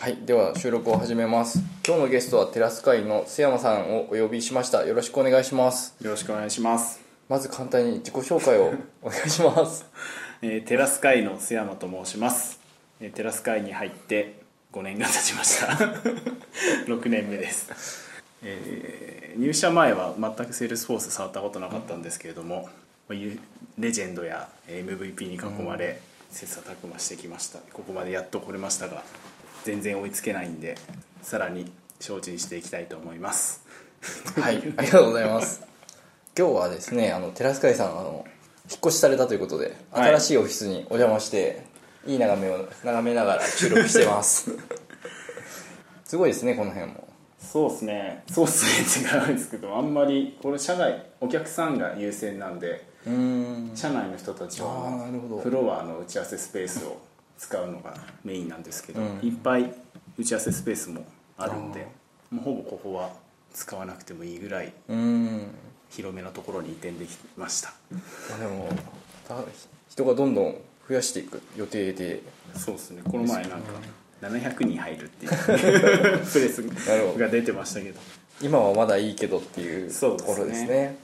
はいでは収録を始めます今日のゲストはテラス会の瀬山さんをお呼びしましたよろしくお願いしますよろしくお願いします、まず簡単に自己紹介 をお願いしますえー、テラス会の須山と申します、えー、テラス会に入って5年が経ちました 6年目です、えー入社前は全くセールスフォース触ったことなかったんですけれどもまあゆレジェンドやえー MVP に囲まれ切磋琢磨してきましたここまでやっと来れましたが全然追いつけないんでさらに精進していきたいと思いますはいありがとうございます今日はですねあのテラス会さんあの引っ越しされたということではい新しいオフィスにお邪魔して、い、い眺めを眺めながら収録してます すごいですねこの辺もそうですねそうですね違うんですけどあんまりこれ社外お客さんが優先なんでうーん社内の人たちあーなはるほどフロアの打ち合わせスペースを使うのがメインなんですけど、うんいっぱい打ち合わせスペースもあるんでもうほぼここは使わなくてもいいぐらいうーん広めのところに移転できましたまあでもた人がどんどん増やしていく予定でそうですねこの前なんか700人入るっていう プレスるほどが出てましたけど今はまだいいけどっていうそとうですねころですね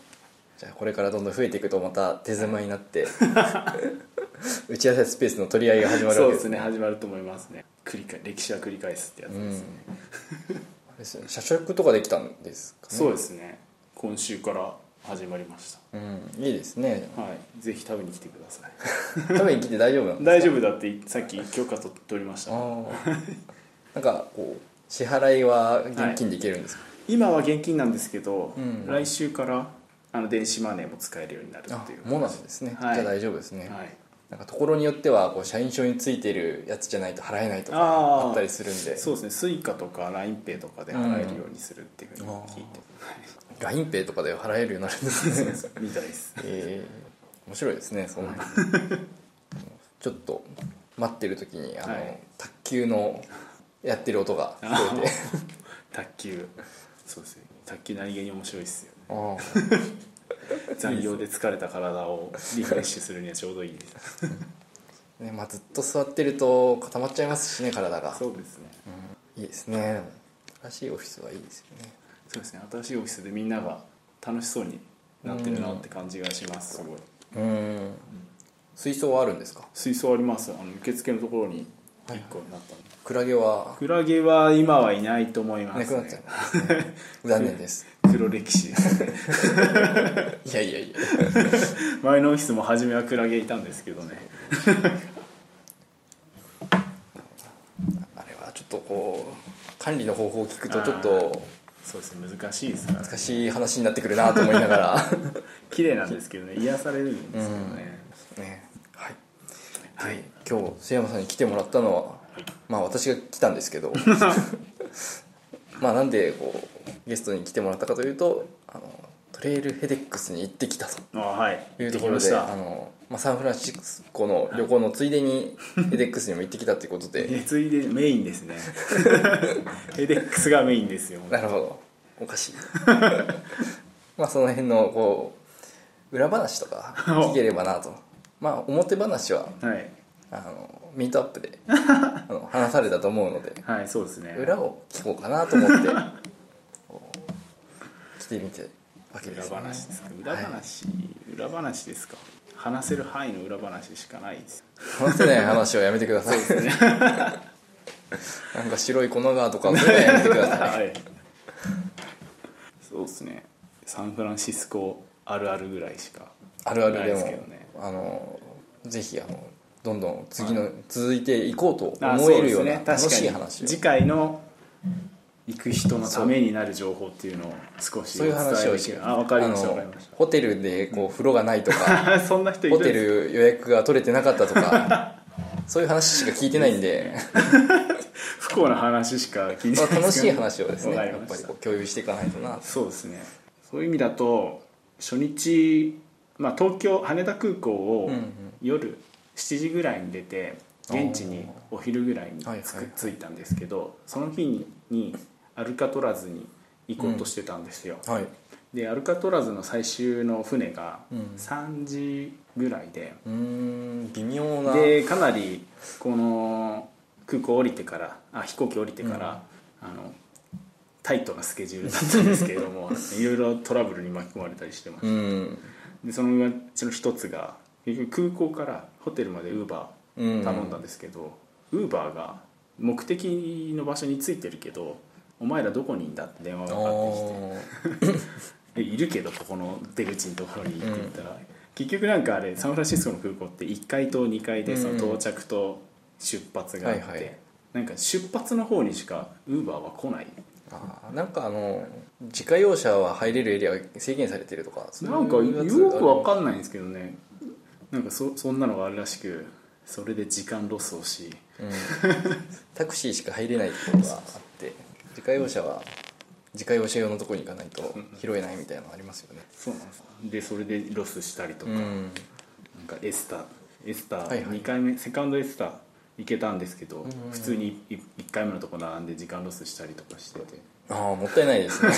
じゃあこれからどんどん増えていくとまた手狭になって 打ち合わせスペースの取り合いが始まるそわけうでですすね始まると思いますね繰り返歴史は繰り返すってやつですね、ですね社食とかできたんですかねそうですね今週から始まりましうんいいですねたはいぜひ食べに来てください食べに来て大丈夫なんですか 大丈夫だってさっき許可取っておりましたあーなんかこう支払いは現金でいけるんですか、今は現金なんですけど、うん来週からあの電子マネーも使えるようになるっていうあもうなんですね、はいじゃあ大丈夫ですね、はい、なんかところによってはこう社員証についてるやつじゃないと払えないとかあーあったりするんでそうですね Suica とか LINEPay とかで払えるようにするっていうふうに聞いて、 LINEPay とかで払えるようになるんですねみたい ですえー面白いですねそのちょっと待ってる時にあの、はい卓球のやってる音が聞こえて卓球そうですね卓球何気に面白いですよあー残業で疲れた体をリフレッシュするにはちょうどいいですねまあ、ずっと座ってると固まっちゃいますしね体がそうですねいいですね新しいオフィスはいいですよねそうですね新しいオフィスでみんなが楽しそうになってるなって感じがしますすごいうん水槽はあるんですか水槽ありますあの受付のところにはい1個になったの、クラゲはクラゲは今はいないと思いまなすくなっちゃうんですね残念です黒歴史 ですいやいやいや前のオフィスも初めはクラゲいたんですけどねあれはちょっとこう管理の方法を聞くとちょっとそうですね難しいですから、ね、難しい話になってくるなと思いながら綺麗なんですけどね癒されるんですけどね、ねはいはい今日瀬山さんに来てもらったのは、まあ私が来たんですけど まあなんでこうゲストに来てもらったかというとあのトレイルヘデックスに行ってきたとあはいいうとでころきまでしたあの、まあ、サンフランシスコの旅行のついで にヘデックスにも行ってきたということでえついでメインです ねヘデックスがメインですよなるほどおかしい まあその辺のこう裏話とか聞ければなと まあ表話ははいあのミートアップで あの話されたと思うのではいそうですね裏を聞こうかなと思ってこう来てみてるわけで裏す、ね、話ですか裏話、裏話ですか話せる範囲の裏話しかないです話せない話はやめてくださいなんか白い粉がとかそれはやめてくだ さいはいそうですねサンフランシスコあるあるぐらいしかあるあるでもないですけどねあのぜひあのどんどん次の、続いていこうとあ思えるようなそ楽ですしいね話を次回の行く人のためになる情報っていうのを少しそういう話をできるあわかりましたあのわかりましホテルでこう風呂がないとかたそんな人いるホんでテすル予約が取れてなかったと かそういう話しか聞いてないんで不幸な話しか聞いてないですけど楽しい話をですねわかやりっまぱしりたこう共有していかないとなそうですねそういう意味だと初日、まあ、東京羽田空港をんうん夜7時ぐらいに出て現地にお昼ぐらいにつく、はいはいはい着いたんですけどその日にアルカトラズに行こうとしてたんですよ、はいでアルカトラズの最終の船がうん3時ぐらいで、うーん微妙なでかなりこの空港降りてからあ飛行機降りてから、あのタイトなスケジュールだったんですけれど もいろいろトラブルに巻き込まれたりしてます、うんでそのうちの一つが結局空港からホテルまでウーバうーん頼んだんですけどウーバーが目的の場所に着いてるけど「お前らどこにいんだ?」って電話がかかってきてえいるけどここの出口のところにって言ったら、結局なんかあれサンフランシスコの空港って1階と2階でその到着と出発があって、はいはいなんか出発の方にしかウーバーは来ないあーなんかあの自家用車は入れるエリアが制限されてるとかそういなんかようやつくわかんないんですけどねなんかそそんなのがあるらしくそれで時間ロスをしうん、タクシーしか入れないところがあって自家用車は自家用車用のところに行かないと拾えないみたいなのありますよねそうなんですでそれでロスしたりとか、うんなんかエスターエスタはいーはい2回目、セカンドエスター行けたんですけど、うんうん普通に1回目のとこ並んで時間ロスしたりとかしててああもったいないですね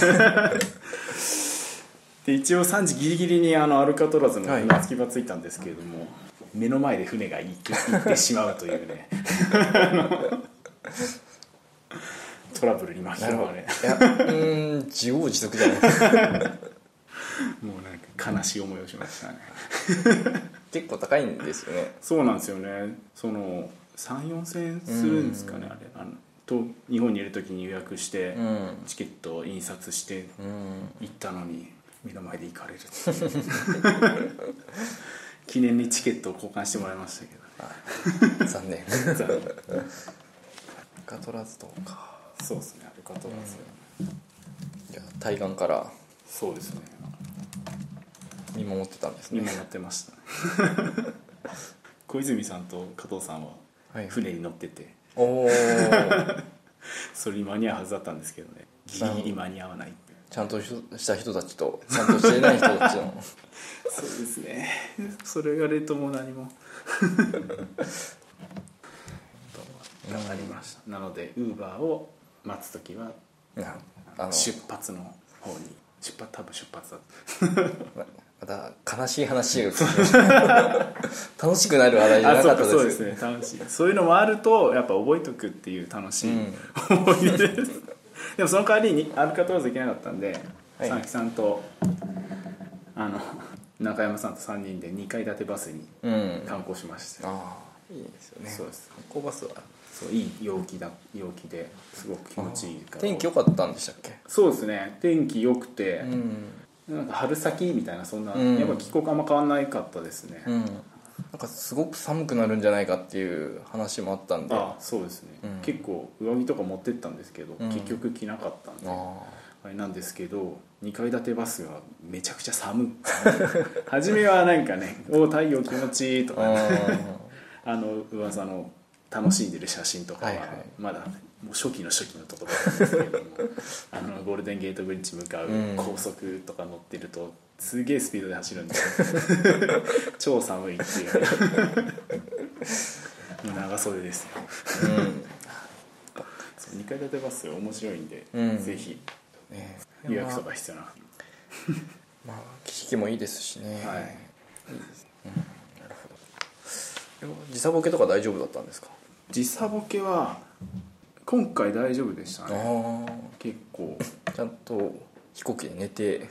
で一応3時ギリギリにあのアルカトラズのはい船着き場ついたんですけれども、目の前で船が行って行ってしまうというね トラブルに巻き込まれいやうーん自業自得じゃない もうなんか悲しい思いをしましたね結構高いんですよねそうなんですよねその34000円するんですかねあれあのと日本にいる時に予約して、うんチケットを印刷してうん行ったのに目の前で行かれるっていう 記念にチケットを交換してもらいましたけど残念残念アルカトラズ島かそうですねアルカトラズ、じゃあ対岸からそうですね見守ってたんです見ね守ってましたね小泉さんと加藤さんははい船に乗ってておおーそれに間に合うはずだったんですけどねギリギリ間に合わないっていうちゃんとした人たちとちゃんとしてない人たちのそうですねそれがレートも何も頑張りました、なのでウーバーを待つ時はなあの出発の方に出発多分出発だままた悲しい話が聞きました楽しくなる話題じゃなあそかうったかですそうですね楽しいそういうのもあるとやっぱ覚えとくっていう楽しい思い出です、でもその代わりにアルカトラズ行けなかったんではい佐々木さんとあの中山さんと3人で2階建てバスにうんあ観光しました、あいいですよねそうです観光バスはそういい陽気だ陽気ですごく気持ちいいから天気良かったんでしたっけそうですね天気良くてう、んなんか春先みたいなそんな、うんやっぱ気候あんま変わんないかったですね、うんなんかすごく寒くなるんじゃないかっていう話もあったんであそうですね、うん結構上着とか持ってったんですけど、うん結局着なかったんでああれなんですけど2階建てバスがめちゃくちゃ寒く 初めはなんかね「お太陽気持ちいい」とあか、あ あの噂の楽しんでる写真とかははいはいまだもう初期の初期のところなんですけども あのゴールデンゲートブリッジ向かううん高速とか乗ってるとすげえスピードで走 るんで超寒いっていうね もう長袖ですよ そう2階建てバス面白いんで、うんぜひうんね予約とか必要な、まあ景色もいいですしねはいでも時差ボケとか大丈夫だったんですか時差ボケは今回大丈夫でしたあねあ結構ちゃんと飛行機で寝て行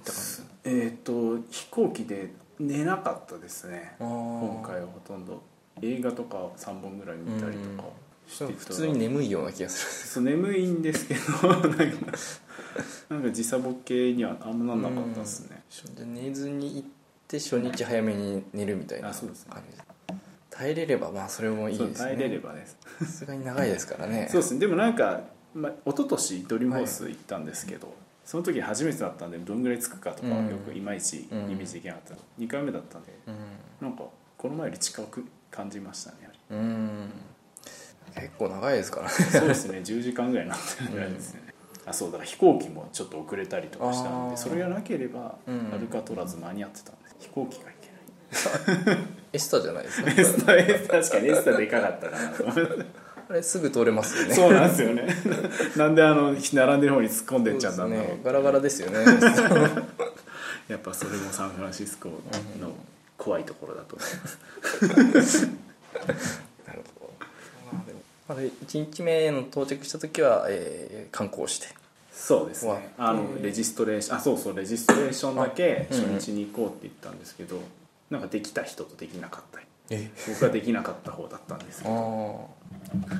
った感じえっ、と飛行機で寝なかったですねあ今今回はほとんど映画とか3本ぐらい見たりとかしてた普通に眠いような気がすそう眠いんですけど なんかなんか時差ボケにはあんまなんなかったですね、るで寝ずに行って初日早めに寝るみたいなあそ感うじですね耐えれればまあそれもいいそうです耐えれれねばですさすがに長いですからねそうですねでもなんか、まあ、一昨年ドリームホース行ったんですけど、その時初めてだったんでどんぐらいつくかとかうんよくいまいちイメージできなかった、2回目だったんでなんかこの前より近く感じましたね うんうん結構長いですからねそうですね10時間ぐらいになってるぐらいですね、あそうだから飛行機もちょっと遅れたりとかしたんあーでそれがなければうんアルカトラズ間に合ってたんです、飛行機が行けないエスタじゃないですか エスタエスタ確かにエスタでかかったかなと思ってあれすぐ通れますよねそうなんですよね なんであの並んでる方に突っ込んでっちゃったんだろうそうですねガラガラですよねやっぱそれもサンフランシスコの怖いところだと思いますなるほどまあでも1日目の到着した時は、えー観光してそうですわねあのレジストレーションあそうそうレジストレーションだけあうん初うん日に行こうって言ったんですけど、なんかできた人とできなかったりえ僕はできなかった方だったんですけあどー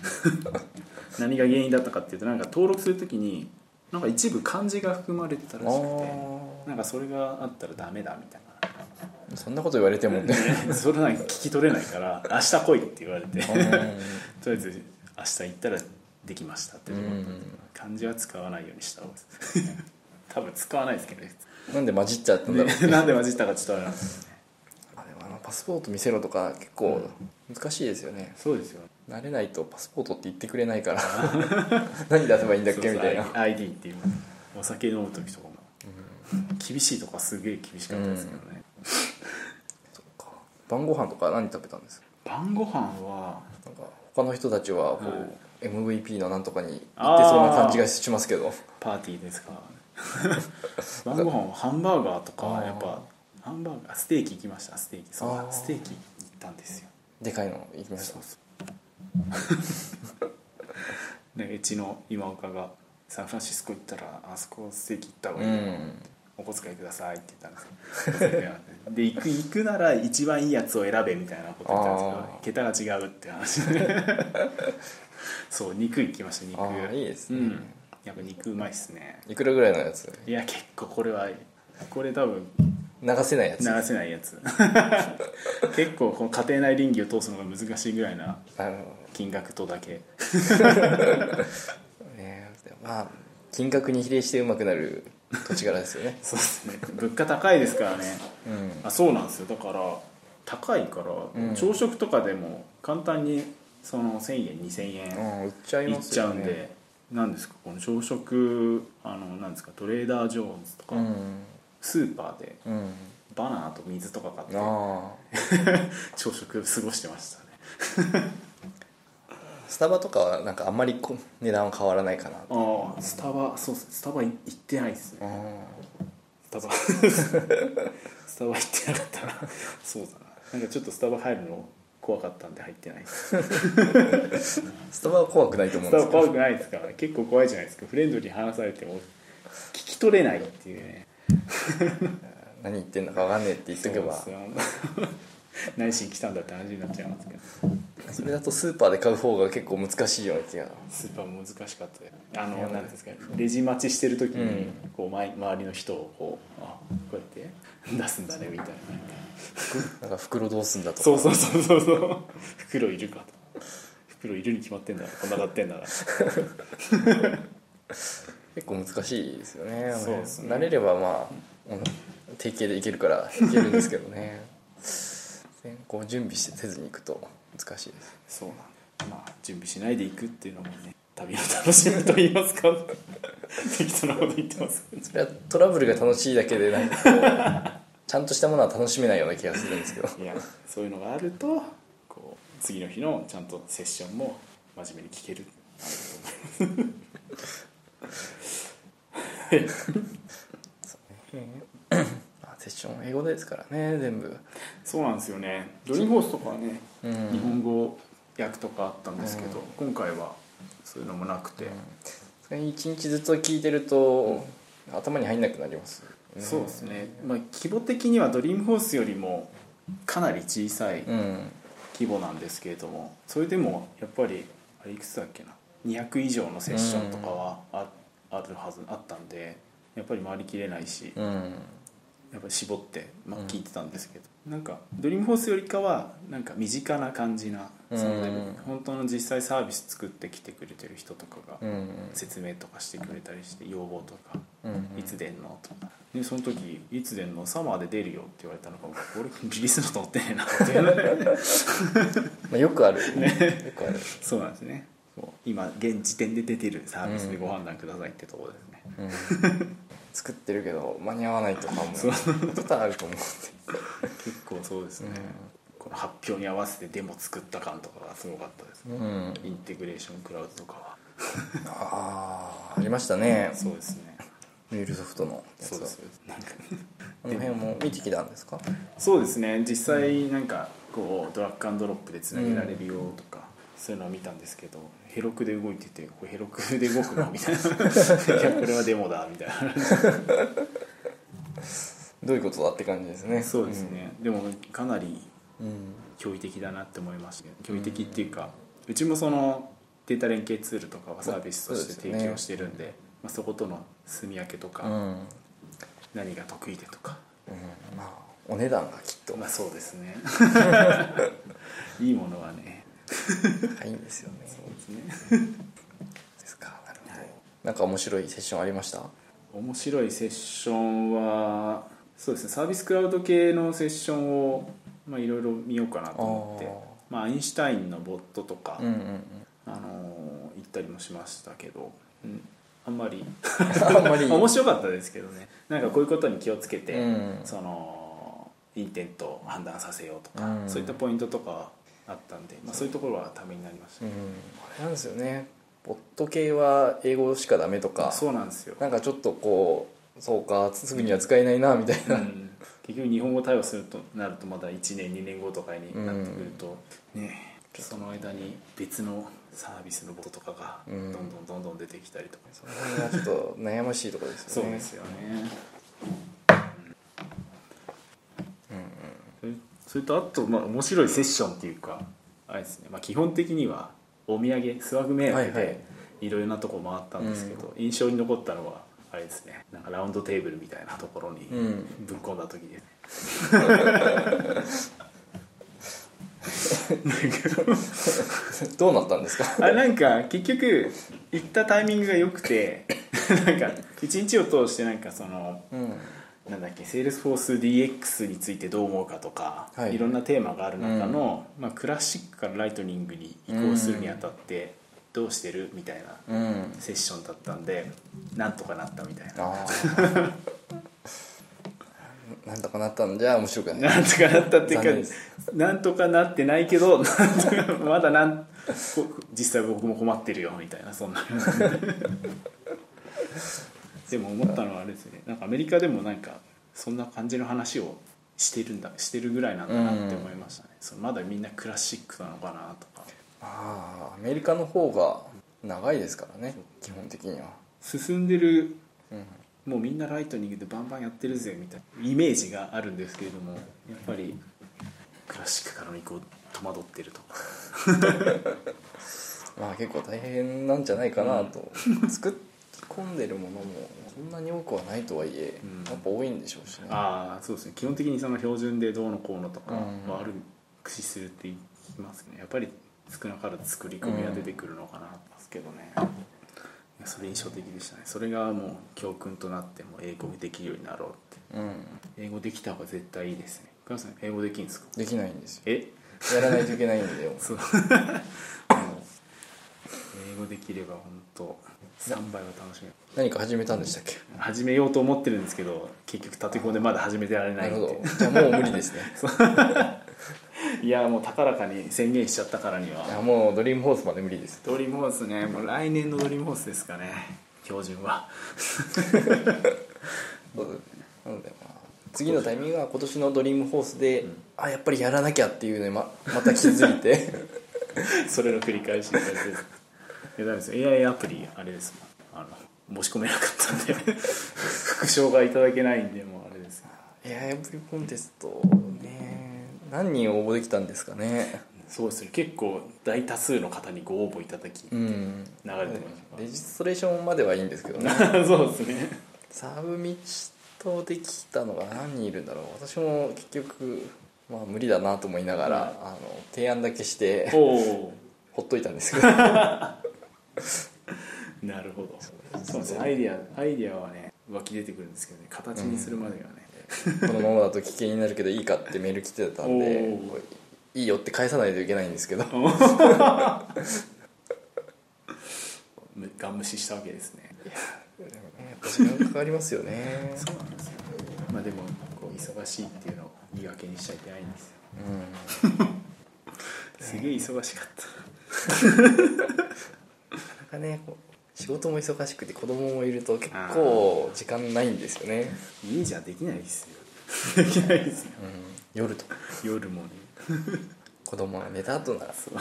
何が原因だったかっていうとなんか登録するときになんか一部漢字が含まれてたあらしくてーなんかそれがあったらダメだみたいな そんなこと言われてもねねそれなんか聞き取れないから明日来いって言われてあとりーあえず明日行ったらできましたってところだったんですけど漢字は使わないようにした方がいいです 多分使わないですけどねなんで混じっちゃったんだろうで なんで混じったかちょっとあれなんですあでもあのパスポート見せろとか結構難しいですよね、そうですよ慣れないとパスポートって言ってくれない から何出せばいいんだっそけうみそうたいな I- ID っていうお酒飲む時とかも厳しいとかすげえ厳しかったですけどね、そっか晩ご飯とか何食べたんですか晩ご飯はなんか他の人たちはこはう MVP のなんとかに行ってそうな感じがしますけどパーティーですか 晩ご飯はハンバーガーとあかーやっぱハンバーガーステーキ行きましたステーキそうあだーステーキ行ったんですよでかいの行きましたそうねうちの今岡がサンフランシスコ行ったらあそこステーキ行った方がういいよ、んお小遣いくださいって言ったんですよで行く行くなら一番いいやつを選べみたいなこと言ったんですけど桁が違うっ て話でそう肉行きました肉ああいいですうね、んやっぱ肉うまいっすねいくらぐらいのやついや結構これはこれ多分流せないやつ流せないやつ 結構この家庭内倫理を通すのが難しいぐらいななるほど金額とだけねでまあ金額に比例してうまくなる土地柄です よねそうですね物価高いですからねうんあそうなんですよだから高いから、ん朝食とかでも簡単にその1000円2000うん売っちゃい円いまっすちゃようねんで、なんですかこの朝食あのなんですかトレーダー・ジョーンズとか、うんスーパーでうんバナナと水とか買ってあ朝食過ごしてましたねあスタバとかはなんかあんまりこう値段は変わらないかなああスタバそうっすスタバい行ってないですねうんス タバスタバ行ってなかったなそうだななんかちょっとスタバ入るの怖かったんで入ってないですスタバは怖くないと思うスんでタすけどバ怖くないですからね結構怖いじゃないですかフレンドリーに話されても聞き取れないっていうね何言ってんのか分かんねえって言っとけばそうそう 内心来たんだって話になっちゃいますけどそれだとスーパーで買う方が結構難しいような気がスーパー難しかったよあのなんていうんですかレジ待ちしてる時に、こう前周りの人をこうあこうやって出すんだねみたいななんか袋どうすんだとかそうそうそうそうそう袋いるかと袋いるに決まってんだこんな買ってんだな結構難しいですよねそうですね慣れればまあ、うん定型でいけるからいけるんですけどねこう準備してせずに行くと難しいですそうなんだまあ準備しないで行くっていうのもね旅の楽しみと言いますか適当なこと言ってますけどそれはトラブルが楽しいだけでなんかこう ちゃんとしたものは楽しめないような気がするんですけどいやそういうのがあるとこう次の日のちゃんとセッションも真面目に聞けるまあセッション英語ですからね全部そうなんですよねドリームホースとかはね、うん日本語訳とかあったんですけど、今回はそういうのもなくて、それに一日ずっと聞いてると、頭に入んなくなります、そうですね、まあ、規模的にはドリームホースよりもかなり小さいうん規模なんですけれどもそれでもやっぱりあれいくつだっけな200以上のセッションとかはあ,、あるはずあったんでやっぱり回りきれないしうんやっぱり絞って、まあうん聞いてたんですけど、なんかドリームホースよりかはなんか身近な感じな、うんその本当の実際サービス作ってきてくれてる人とかがうん説明とかしてくれたりして要望とか。うんいつ出んのとかでその時「いつ出んのサマーで出るよ」って言われたのかも俺リリースのと思ってねえなっ ていうまあ、よくあ る、よくあるそうなんですねそう今現時点で出てるサービスでご判断くださいってところですね、うん作ってるけど間に合わないとかもそう多々あると思うんで結構そうですね、この発表に合わせてデモ作った感とかがすごかったですね、うんインテグレーションクラウドとかはああありましたねそうですねミュールソフトのやつそはうですそうですなんかあの辺も見てきたんですかそうですね実際なんかこうドラッグアンドロップでつなげられるよとか、そういうのは見たんですけどヘロクで動いててこれヘロクで動くのみ たいないやこれはデモだみたいなどういうことだって感じですねそうですね、でもかなりうん、驚異的だなって思いましたね驚異的っていうかうちもそのデータ連携ツールとかはサービスとしそてうですよ提ね供してるんで、まあ、そことの住み分けとか、うんうん何が得意でとかうんまあお値段がきっとまあそうで すねいいものはね高いんですよねですねですかなるほど、なんか面白いセッションありました面白いセッションはそうですねサービスクラウド系のセッションをまあいろいろ見ようかなと思ってまあ、アインシュタインのボットとか、うんうんうんあのー行ったりもしましたけど、うん、あんまりあん まり 面白かったですけどねなんかこういうことに気をつけて、うんそのインテントを判断させようとか、うんそういったポイントとかはあったんで、まあ、そういうところはためになりましうん、あれなんですよねボット系は英語しかダメとた、かそうなんですよ、なんかちょっとこうそうかすぐには使えないなみたいな、うん結局日本語対応するとなるとまだ1年2年後とかになってくると、ねえその間に別のサービスのボットとかがどんどんどんどん出てきたりとか、その辺がちょっと悩ましいところですそうよねですよね。うんそれとあとまあ面白いセッションっていうかあれですね、まあ、基本的にはお土産スワッグ目当てはいはいでいろいろなとこ回ったんですけど、印象に残ったのはあれですねなんかラウンドテーブルみたいなところにうんぶっ込んだ時で、どうなったんですかあれなんか結局行ったタイミングが良くて なんか一日を通してなんかそのうんなんだっけ Salesforce DX についてどう思うかとか、はいい、ろんなテーマがある中の、まあ、クラシックからライトニングに移行するにあたってどうしてるみたいなうんセッションだったんでなんとかなったみたいな。ああなんとかなったんじゃ面白くないなんとかなったってい残念でうかなんとかなってないけど なんとかまだなんこ実際僕も困ってるよみたいなそ んなでも思ったのはあれですねなんかアメリカでもなんかそんな感じの話をしてるんだしてるぐらいなんだなって思いましたね、そのまだみんなクラシックなのかなとかああアメリカの方が長いですからね基本的には進んでるうんもうみんなライトニングでバンバンやってるぜみたいなイメージがあるんですけれどもやっぱりクラシックからの移行戸惑ってるとかまあ結構大変なんじゃないかなと、作り込んでるものもそんなに多くはないとはいえ、うんやっぱ多いんでしょうしねああそうですね基本的にその標準でどうのこうのとかうんはある駆使するって言いますけど、ね、やっぱり少なからず作り込みが出てくるのかなと思いますけどね、いやそれ印象的でしたねそれがもう教訓となってもう英語できるようになろうっうんて英語できた方が絶対いいですね倉田さん英語できるんですかできないんですよえやらないといけないんだよそうもう英語できれば本当3倍は楽しめる何か始めたんでしたっけ始めようと思ってるんですけど結局立て込んでまだ始めてられなないっるてほいうどじゃあもう無理 ですねいやもう高らかに宣言しちゃったからにいやはもうドリームホースまで無理ですドリームホースねもう来年のドリームホースですかね標準はなのでまあ次のタイミングは今年のドリームホースで、あやっぱりやらなきゃっていうのにままた気づい て それの繰り返しになりそうですいやダメですよ AI アプリあれですもんあの申し込めなかったん で副賞がいただけないんでもうあれですエアエブリコンテストね何人応募できたんですかねそうですね結構大多数の方にご応募いただき、うん流れてまレジストレーションまではいいんですけどね そうですねサブミットできたのが何人いるんだろう私も結局まあ無理だなと思いながら、あの提案だけしておおほっといたんですけどうんなるほどそうですねアイディアアイディアはね湧き出てくるんですけどね形にするまでがね、このままだと危険になるけどいいかってメール来てたんでおーいいよって返さないといけないんですけどむガン無視したわけですね時間かかりますよねそうなんですよまあでもこう忙しいっていうのを言い訳にしちゃいけないんですようすげえ忙しかっんたなかなかねこう仕事も忙しくて子供もいると結構時間ないんですよね、家じゃできないです よできないですようん、夜とか夜もね子供が寝た後ならそう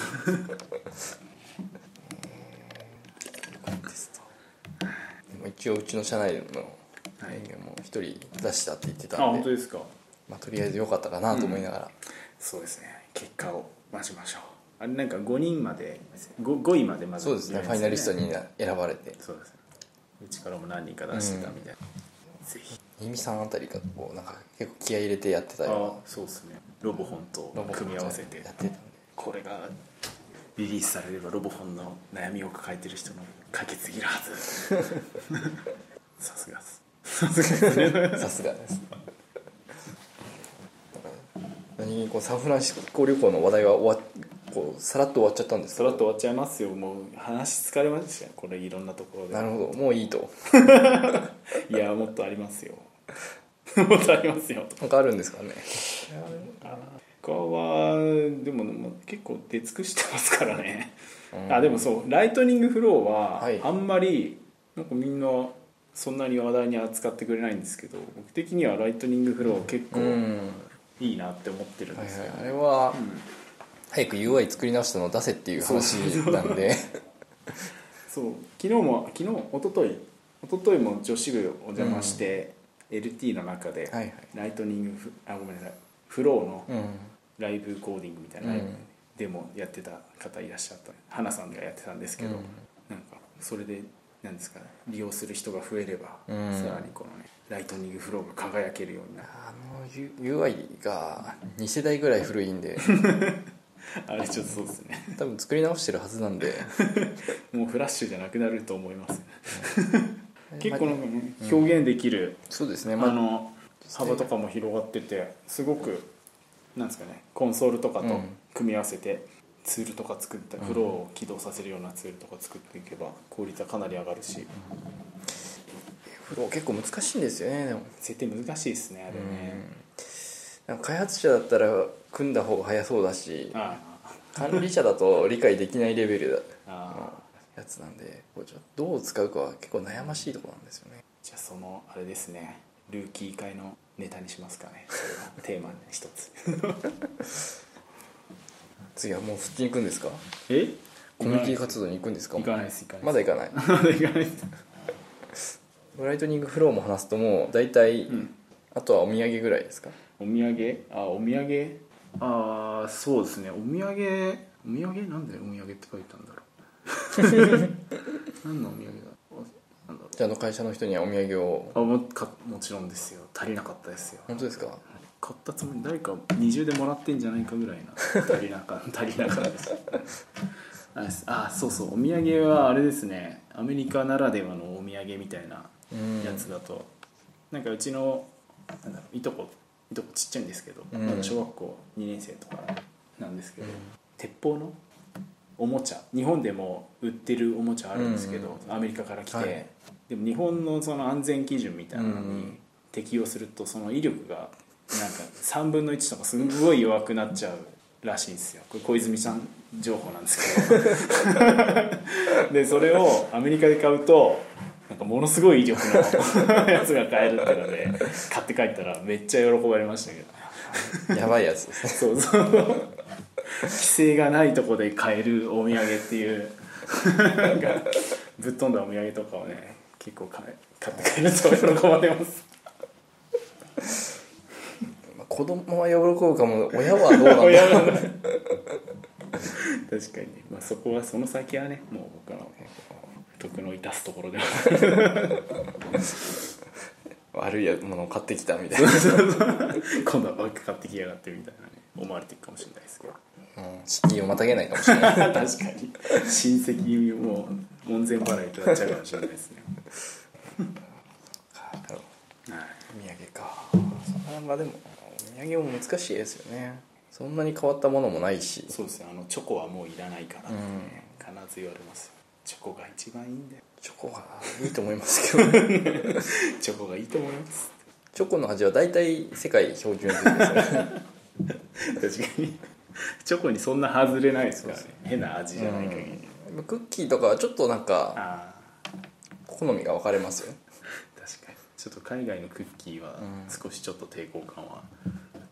一応うちの社内の人はい間も一人出したって言ってあたん本で、当ですかまあ、とりあえず良かったかなと思いながら、そうですね結果を待ちましょうあれなんか5人まで 5, 5位までまずそうですねファイナリストに選ばれてそうですねうちからも何人か出してたみたいな、ぜひ新見さんあたりがこうなんか結構気合い入れてやってたよあそうですねロボ本とうなロボ組み合わせてやってたんでこれがリリースされればロボ本の悩みを抱えてる人の解決できるは ずさすがですさすがですねさすがです何気にこうサンフランシスコ旅行の話題は終わっこうさらっと終わっちゃったんですそらっと終わっちゃいますよもう話疲れましたよこれいろんなところでなるほどもういいといやもっとありますよ もっとありますよなんかあるんですかね他はでもまあ結構出尽くしてますからね、あでもそうライトニングフローははいあんまりなんかみんなそんなに話題に扱ってくれないんですけど僕的にはライトニングフロー結構うんいいなって思ってるんはいですよ、はいあれはうん早く UI 作り直したのを出せっていう話なんでそう昨日も昨日一昨日一昨日も女子部お邪魔して、LT の中ではいはいライトニングフあごめんなさいフローのうんライブコーディングみたいな、うんでもやってた方いらっしゃった花さんがやってたんですけど、うんなんかそれでなんですかね利用する人が増えれば、うんさらにこのねライトニングフローが輝けるようになるあの U- UI が2世代ぐらい古いんであれちょっとそうですね多分作り直してるはず なんでもうフラッシュじゃなくなると思います、結構まあなんかね、表現できる、そうですねあまあの幅とかも広がっててすごくなんですかねコンソールとかうとん組み合わせてツールとか作ったフローを起動させるようなツールとか作っていけば効率はかなり上がるしフロー結構難しいんですよねでも設定難しいですねあれねなんか開発者だったら組んだ方が早そうだしあ管理者だと理解できないレベルああのやつなんでこうちょっとどう使うかは結構悩ましいところなんですよねじゃあそのあれですねルーキー会のネタにしますかねそれはテーマ一つ次はもう普通に行くんですかえコミュニティ活動に行くんですか行かないです行かないまだ行かないまだ行かないですライトニングフローも話すともう大体、んあとはお土産ぐらいですかお土産あお土産ああそうですねお土産お土産なんでお土産って書いたんだろ う何のお土産だなんだろうじゃああの会社の人にはお土産をあもかもちろんですよ足りなかったですよ本当ですか買ったつもり誰か二重でもらってんじゃないかぐらいな足りなか 足りなかったですあですあそうそうお土産はあれですねアメリカならではのお土産みたいなうんやつだと、なんかうちのなんだろういとこいとこちっちゃいんですけど、うんまだ小学校2年生とかなんですけど、鉄砲のおもちゃ日本でも売ってるおもちゃあるんですけど、アメリカから来て、はいでも日本のその安全基準みたいなのうにん適用するとその威力がなんか3分の1とかすんごい弱くなっちゃうらしいんですよこれ小泉さん情報なんですけ どでそれをアメリカで買うとなんかものすごい威力のやつが買えるってので買って帰ったらめっちゃ喜ばれましたけどやばいやつですねそうそう規制がないとこで買えるお土産っていうなんかぶっ飛んだお土産とかをね結構買え買って帰ると喜ばれますまあ子供は喜ぶかも親はどうなんだ 親はね確かに、まあ、そこはその先はねもう僕の徳の致すところでは悪いやものを買ってきたみたいな、今度はバッグ買ってきやがってみたいなね思われてるかもしれないですけどうん、敷居をまたげないかもしれない確かに親戚も門前払いとなっちゃうかもしれないですね、なるほどはい、お土産かそれはでもお土産も難しいですよねそんなに変わったものもないしそうですねあのチョコはもういらないからってね、必ず言われますよチョコが一番いいんだよチョコがいいと思います けどチョコがいいと思いますチョコの味は大体世界標準的ですよね確かにチョコにそんな外れないですからね変な味じゃない限り、うんクッキーとかはちょっとなんかああ好みが分かれますよ確かにちょっと海外のクッキーは少しちょっと抵抗感は、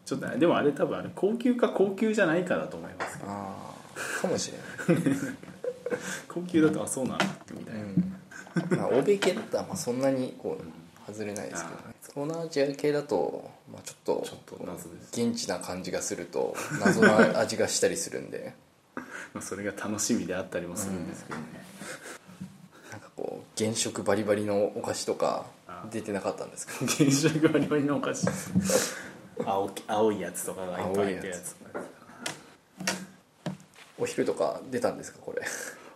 ちょっとでもあれ多分あれ高級か高級じゃないかだと思いますけどああかもしれない高級だとあそうなんだみたいな、うんまあ、欧米系だったらまあそんなにこう外れないですけどね東南アジア系だと、まあ、ちょっちょっと謎です、現地な感じがすると謎な味がしたりするんでまあ、それが楽しみであったりもするんですけどね、なんかこう原色バリバリのお菓子とかあ出てなかったんですけど原色バリバリのお菓子青き青いやつとかがいっぱい入ってるやつお昼とか出たんですかこれ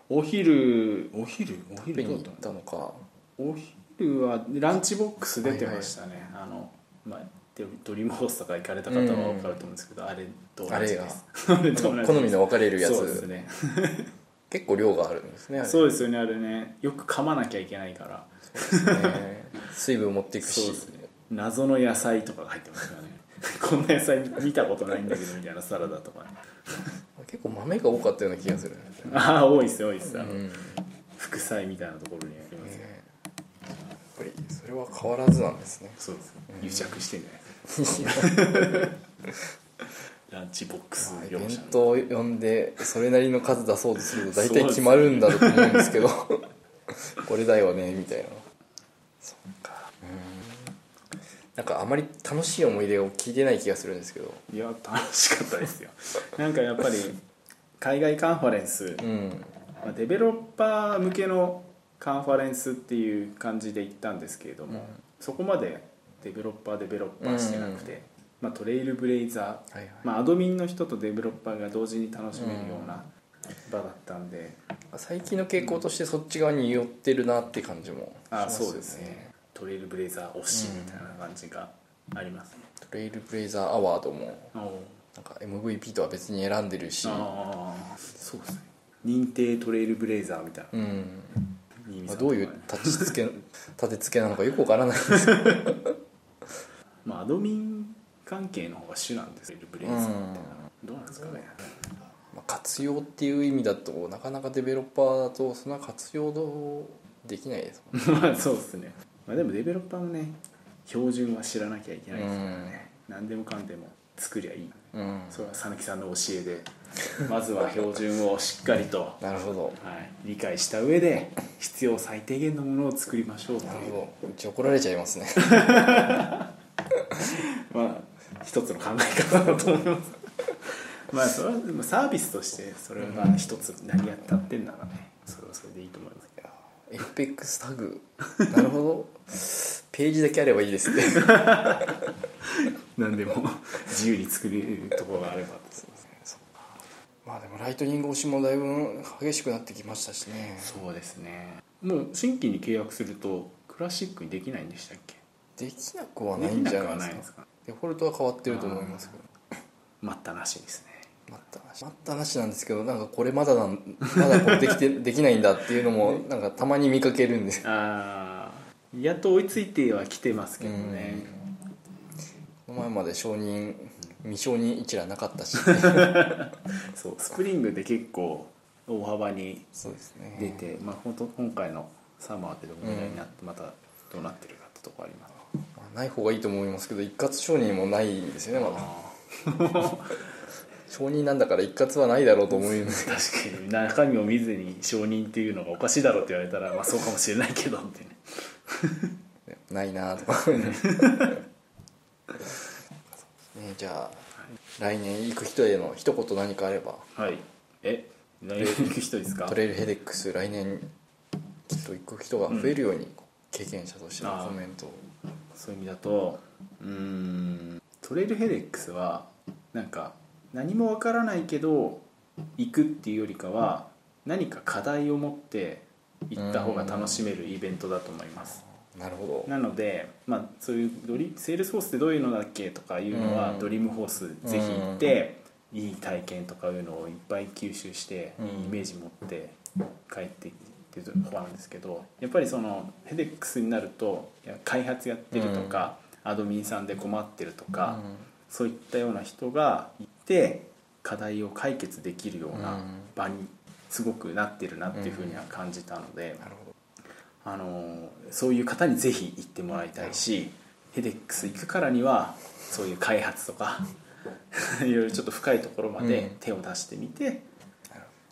お昼お昼お食べ昼どに行っうだったたのかお昼はランチボックス出てましたね、あの、まあ、ドドリームホースとか行かれた方は分かると思うんですけど、あれと同じです あれと同じ好みの分かれるやそうですつ、ね結構量があるんですねあれそうですよねあれねよく噛まなきゃいけないからね水分持っていくしそうですね謎の野菜とかが入ってますからね こんな野菜見たことないんだけどみたいなサラダとかね結構豆が多かったような気がするんですよねああ多いです多いです、あのうん副菜みたいなところにありますよ、ねやっぱりそれは変わらずなんですねそうです癒着してんじゃないですか ランチボックスまあイベ業ン者のトを呼んでそれなりの数出そうとすると大体決まるんだろうと思うんですけど これだよねみたいなそっかうんなんかあまり楽しい思い出を聞いてない気がするんですけどいや楽しかったですよなんかやっぱり海外カンファレンス、うんまあデベロッパー向けのカンファレンスっていう感じで行ったんですけれども、そこまでデベロッパーデベロッパーしてなくて、まあ、トレイルブレイザー、はいはいまあ、アドミンの人とデベロッパーが同時に楽しめるような場だったんで、最近の傾向としてそっち側に寄ってるなって感じもしあまあすよそうですねトレイルブレイザー推しみたいな感じがありますね、トレイルブレイザーアワードもおうなんか MVP とは別に選んでるしああそうですね認定トレイルブレイザーみたいなうん新見まさあ、んどういう立ちつけ立てつけなのかよくわからないんですけど、まあ、アドミン関係の方が主なんですけどブレイズみたいな、どうなんですかね まあ、活用っていう意味だとなかなかデベロッパーだとそんな活用できないですもんねまあそうですね、まあ、でもデベロッパーもね標準は知らなきゃいけないですからね、何でもかんでも作りゃいい、うんそれは讃岐さんの教えで まずは標準をしっかりと、はなるほどい、理解した上で必要最低限のものを作りましょうといなるう、ほどうち怒られちゃいますね まあ、一つの考え方だと思います まあそれはまあサービスとしてそれはまあ一つ何やったってんならねそれはそれでいいと思いますけどエフペックスタグなるほどページだけあればいいですね何でも 自由に作れるところがあれば まあでもライトニング推しもだいぶ激しくなってきましたしねそうですねもう新規に契約するとクラシックにできないんでしたっけできなくはないんじゃないですかかデフォルトは変わってると思いますけど待ったなしですね待ったなし待ったなしなんですけどなんかこれまだなんまだこうできてできないんだっていうのもなんかたまに見かけるんですああやっと追いついては来てますけどねこの前まで承認未承認一覧なかったし、そうスプリングで結構大幅に そうですね出て、まあ本当今回のサマーでどのぐらいになってまたどうなってるかってとこあります、まあない方がいいと思いますけど一括承認もないんですよねまだあ承認なんだから一括はないだろうと思うんです ー確かに中身を見ずに承認っていうのがおかしいだろうって言われたらまあそうかもしれないけどってねけどないなとかね じゃあ来年行く人への一言何かあればはい。え、来年行く人ですか ト。レイルヘデックス来年きっと行く人が増えるように経験者としてのコメントをそういう意味だと、うーん、トレイルヘデックスはなんか何もわからないけど行くっていうよりかは何か課題を持って行った方が楽しめるイベントだと思います。なるほどなので、まあ、そういうドリセールスフォースってどういうのだっけとかいうのは、うんドリームホースぜひ行って、いい体験とかいうのをいっぱい吸収して、うんいいイメージ持って帰ってっていうところなんですけどやっぱりそのヘデックスになるといや開発やってるとか、アドミンさんで困ってるとか、そういったような人がいて課題を解決できるよううなん場にすごくなってるなっていうふうには感じたので。なるほどあのそういう方にぜひ行ってもらいたいしヘデックス行くからにはそういう開発とか いろいろちょっと深いところまうんで手を出してみて、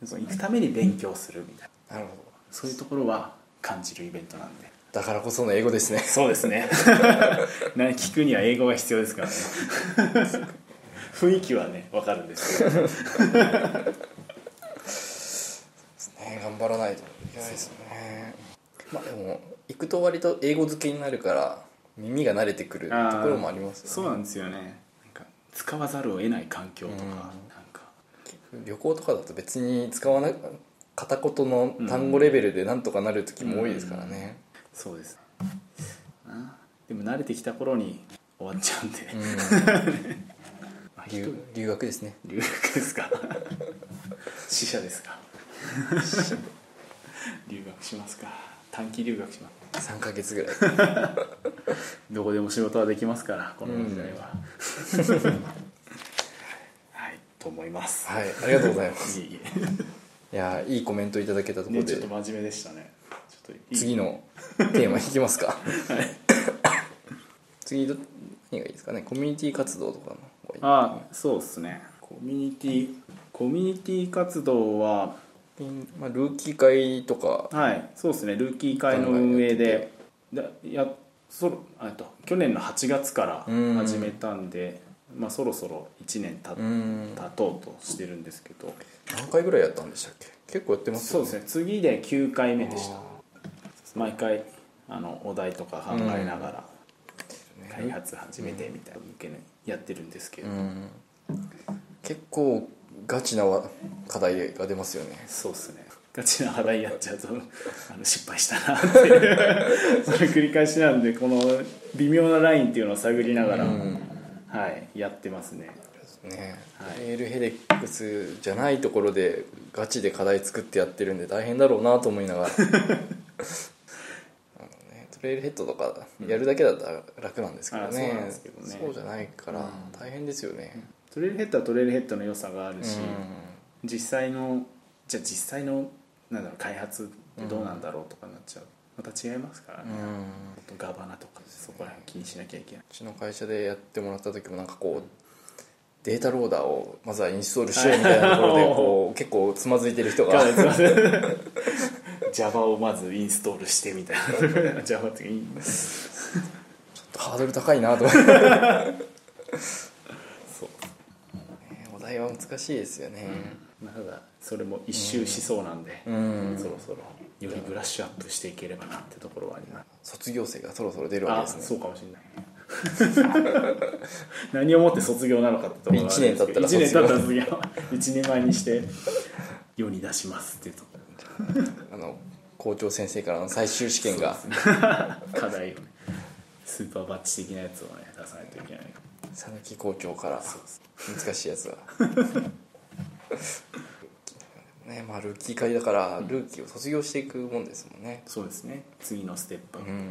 その行くために勉強するみたいななるほどそういうところは必感じるイベントなんでだからこその英語ですねそうです ねな聞くには英語が必要ですからね 雰囲気はねわかるんですけどね頑張らないといけないですねまあでも行くと割と英語付けになるから耳が慣れてくるとあーころもありますそうよねなんですよねなんか使わざるを得ない環境とか、なんか旅行とかだと別に使わな片言の単語レベルでなんとかなる時も多いですからね、そうですあでも慣れてきた頃に終わっちゃうんで、 まあ一人留留学ですね留学ですか死者です か留学しますか短期留学します3ヶ月ぐらいどこでも仕事はできますからこの時代は、 はいと思います、はいありがとうござい ますいえいいやーいいコメントいただけたとこえろねちで、ょっと真面目でしたねちょっといい次のテーマいき ますか 次ど何がいいですかねコミュニティ活動とかの方がいいあそうですねコミュニティコミュニティ活動はピンまあ、ルーキー会とかはいそうですねルーキー会の運営でだやそろあえっと去年の8月からうん始めたんで、まあ、そろそろ1年たうーん経とうとしてるんですけど何回ぐらいやったんでしたっけ結構やってますそうよですね次で9回目でした毎回あのお題とか考えながら開発始めてみたいな向けにやってるんですけど、うん結構ガチなわ課題が出ますよねそうですねガチな払いやっちゃうとあの失敗したなって いうそれ繰り返しなんでこの微妙なラインっていうのを探りながら、はいやってますねねはいエールヘデックスじゃないところでガチで課題作ってやってるんで大変だろうなと思いながらあ の、ね、トレイルヘッドとかやるだけだったら楽なんですけどあそうなんねですけどねそうじゃないから大変ですよねトレイルヘッドはトレイルヘッドの良さがあるし、う実際のじゃあ実際のなんだろう開発ってどうなんだろうとかになっちゃうまた違いますからねん、、うんあとガバナとかそこら辺気にしなきゃいけないうちの会社でやってもらった時もなんかこうデータローダーをまずはインストールしようみたいなところではいこう結構つまずいてる人がガバナ すいません Java をまずインストールしてみたいな Java っていうかハードル高いなと思って そうねお題は難しいですよねまだそれも一周しそうなんで、うんそろそろよりブラッシュアップしていければなってところはあります、卒業生がそろそろ出るわあけですそねうかもしれない 何をもって卒業なのかってところはあるんです一年けど経一ったら年経ったら卒業 一人前にして世に出しますっていうとあの校長先生からの最終試験が課題をねスーパーバッチ的なやつをね出さないといけない佐々木校長から難しいやつが ねまあルーキー会だからルーキーを卒業していくもんですもんねそうですね次のステップ、うん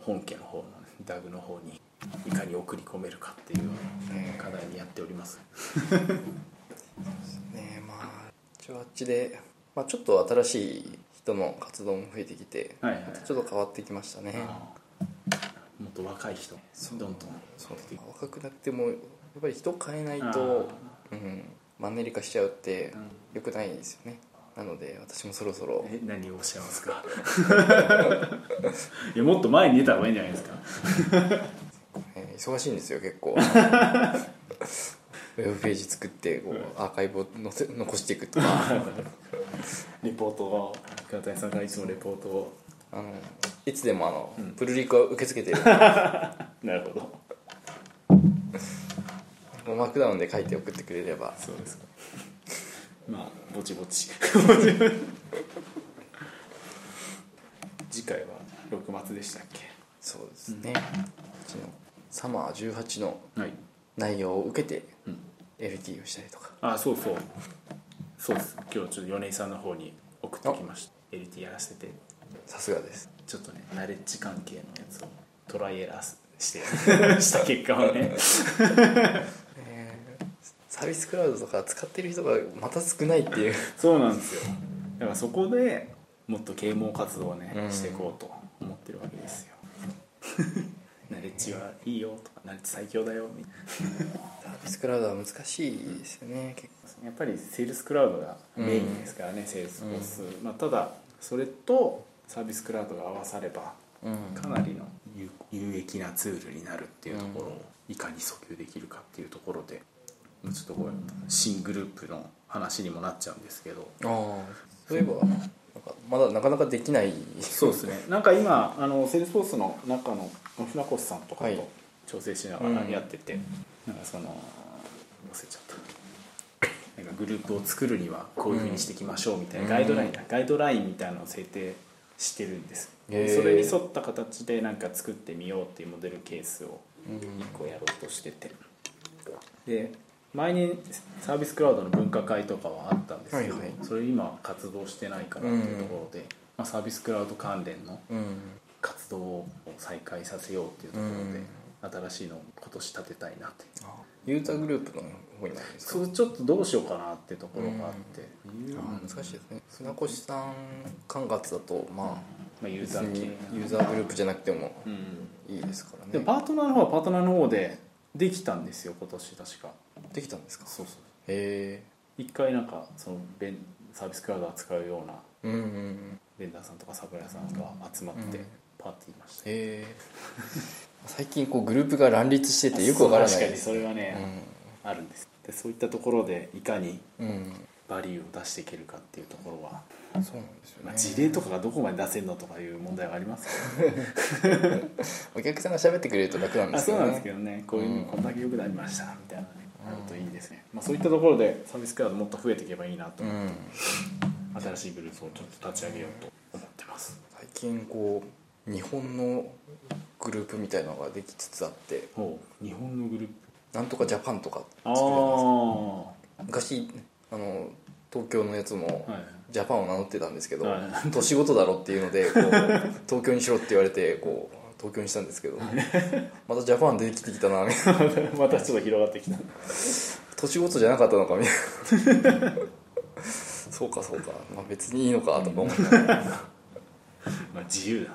本家の方のねダグの方にいかに送り込めるかっていうような課題にやっております、ねまあ一応あっちで、まあ、ちょっと新しい人の活動も増えてきて、はいはいまたちょっと変わってきましたねもっと若い人どんどんそう若くなってもやっぱり人変えないと、うん、マンネリ化しちゃうって良くないですよねなので私もそろそろえ何をおっしゃいますか いやもっと前に出た方がいいんじゃないですかえー忙しいんですよ結 構ウェブページ作ってこうアーカイブを載せ残していくとかレポートを倉谷さんがいつもレポートをあのいつでもあの、プルリクは受け付け てるなるほどマークダウンで書いて送ってくれればそうですかまあぼちぼち 次回は6末でしたっけそうですね、うちのサマー18のはい内容を受けてうん LT をしたりとかあそうそうそうです今日ちょっと米井さんの方に送ってきました LT やらせてさすがですちょっとねナレッジ関係のやつをトライエラーしてした結果をねサービスクラウドとか使ってる人がまた少ないっていう そうなんですよだからそこでもっと啓蒙活動をね、うんしていこうと思ってるわけです よナレッジはいいよとかナレッジ最強だよみたいサービスクラウドは難しいですよね結なやっぱりセールスクラウドがメインですからね、セールスフォース、まあ、ただそれとサービスクラウドが合わさればうんかなりの有有益なツールになるっていうところをいかに訴求できるかっていうところでもうちょっとこれ新グループの話にもなっちゃうんですけどああそういえばなんかまだなかなかできないそうですねなんか今あのセールスフォースの中の船越さんとかはいと調整しながらうんやってて、なんかその忘れちゃったなんかグループを作るにはこういうふうにしていきましょうみたいな、うんガイドラインだガイドラインみたいなのを制定してるんですへでーそれに沿った形でなんか作ってみようっていうモデルケースをうん1個やろうとしててで前にサービスクラウドの分科会とかはあったんですけど、はいはいそれ今活動してないからっていうところで、まあ、サービスクラウド関連のうん活動を再開させようっていうところで、新しいのを今年立てたいなってあユーザーグループの方になるんですそかれちょっとどうしようかなっていうところがあって、あー難しいですね船越さん管轄だとままあ、ユあー別ザー系にユーザーグループじゃなくてもうんいいですからでねパートナーの方はパートナーの方でできたんですよ今年確かできたんですかそうそうへ一回なんかそのベンサービスクラウドを扱うようなえうんうんうんベンダーさんとか桜井さんが集まってうんパーティーました、へえ 最近こうグループが乱立しててよくわからない確かにですそれはね、あるんですでそういったところでいかにうん、うん、バリューを出していけるかっていうところは、そうなんですよね、まあ、事例とかがどこまで出せるのとかいう問題はありますけお客さんが喋ってくれると楽なんど、ね、であすそうよねなんですけどねこういうのこんだけ良くなりましたみたいなねあるといいですね、まあ、そういったところでサービスクラウドもっと増えていけばいいなと、うん新しいグループをちょっと立ち上げようと思ってます最近こう日本のグループみたいなのができつつあってほう日本のグループなんとかジャパンとかあ作れますあ昔あの東京のやつもはい ジャパンを名乗ってたんですけど、は年ごとだろっていうのでこう東京にしろって言われてこう東京にしたんですけどまたジャパン出てきてきたなみたいなまたちょっと広がってきた年ごとじゃなかったのかみたいな そうかそうか、まあ、別にいいのかとか思ったらまあ自由だ、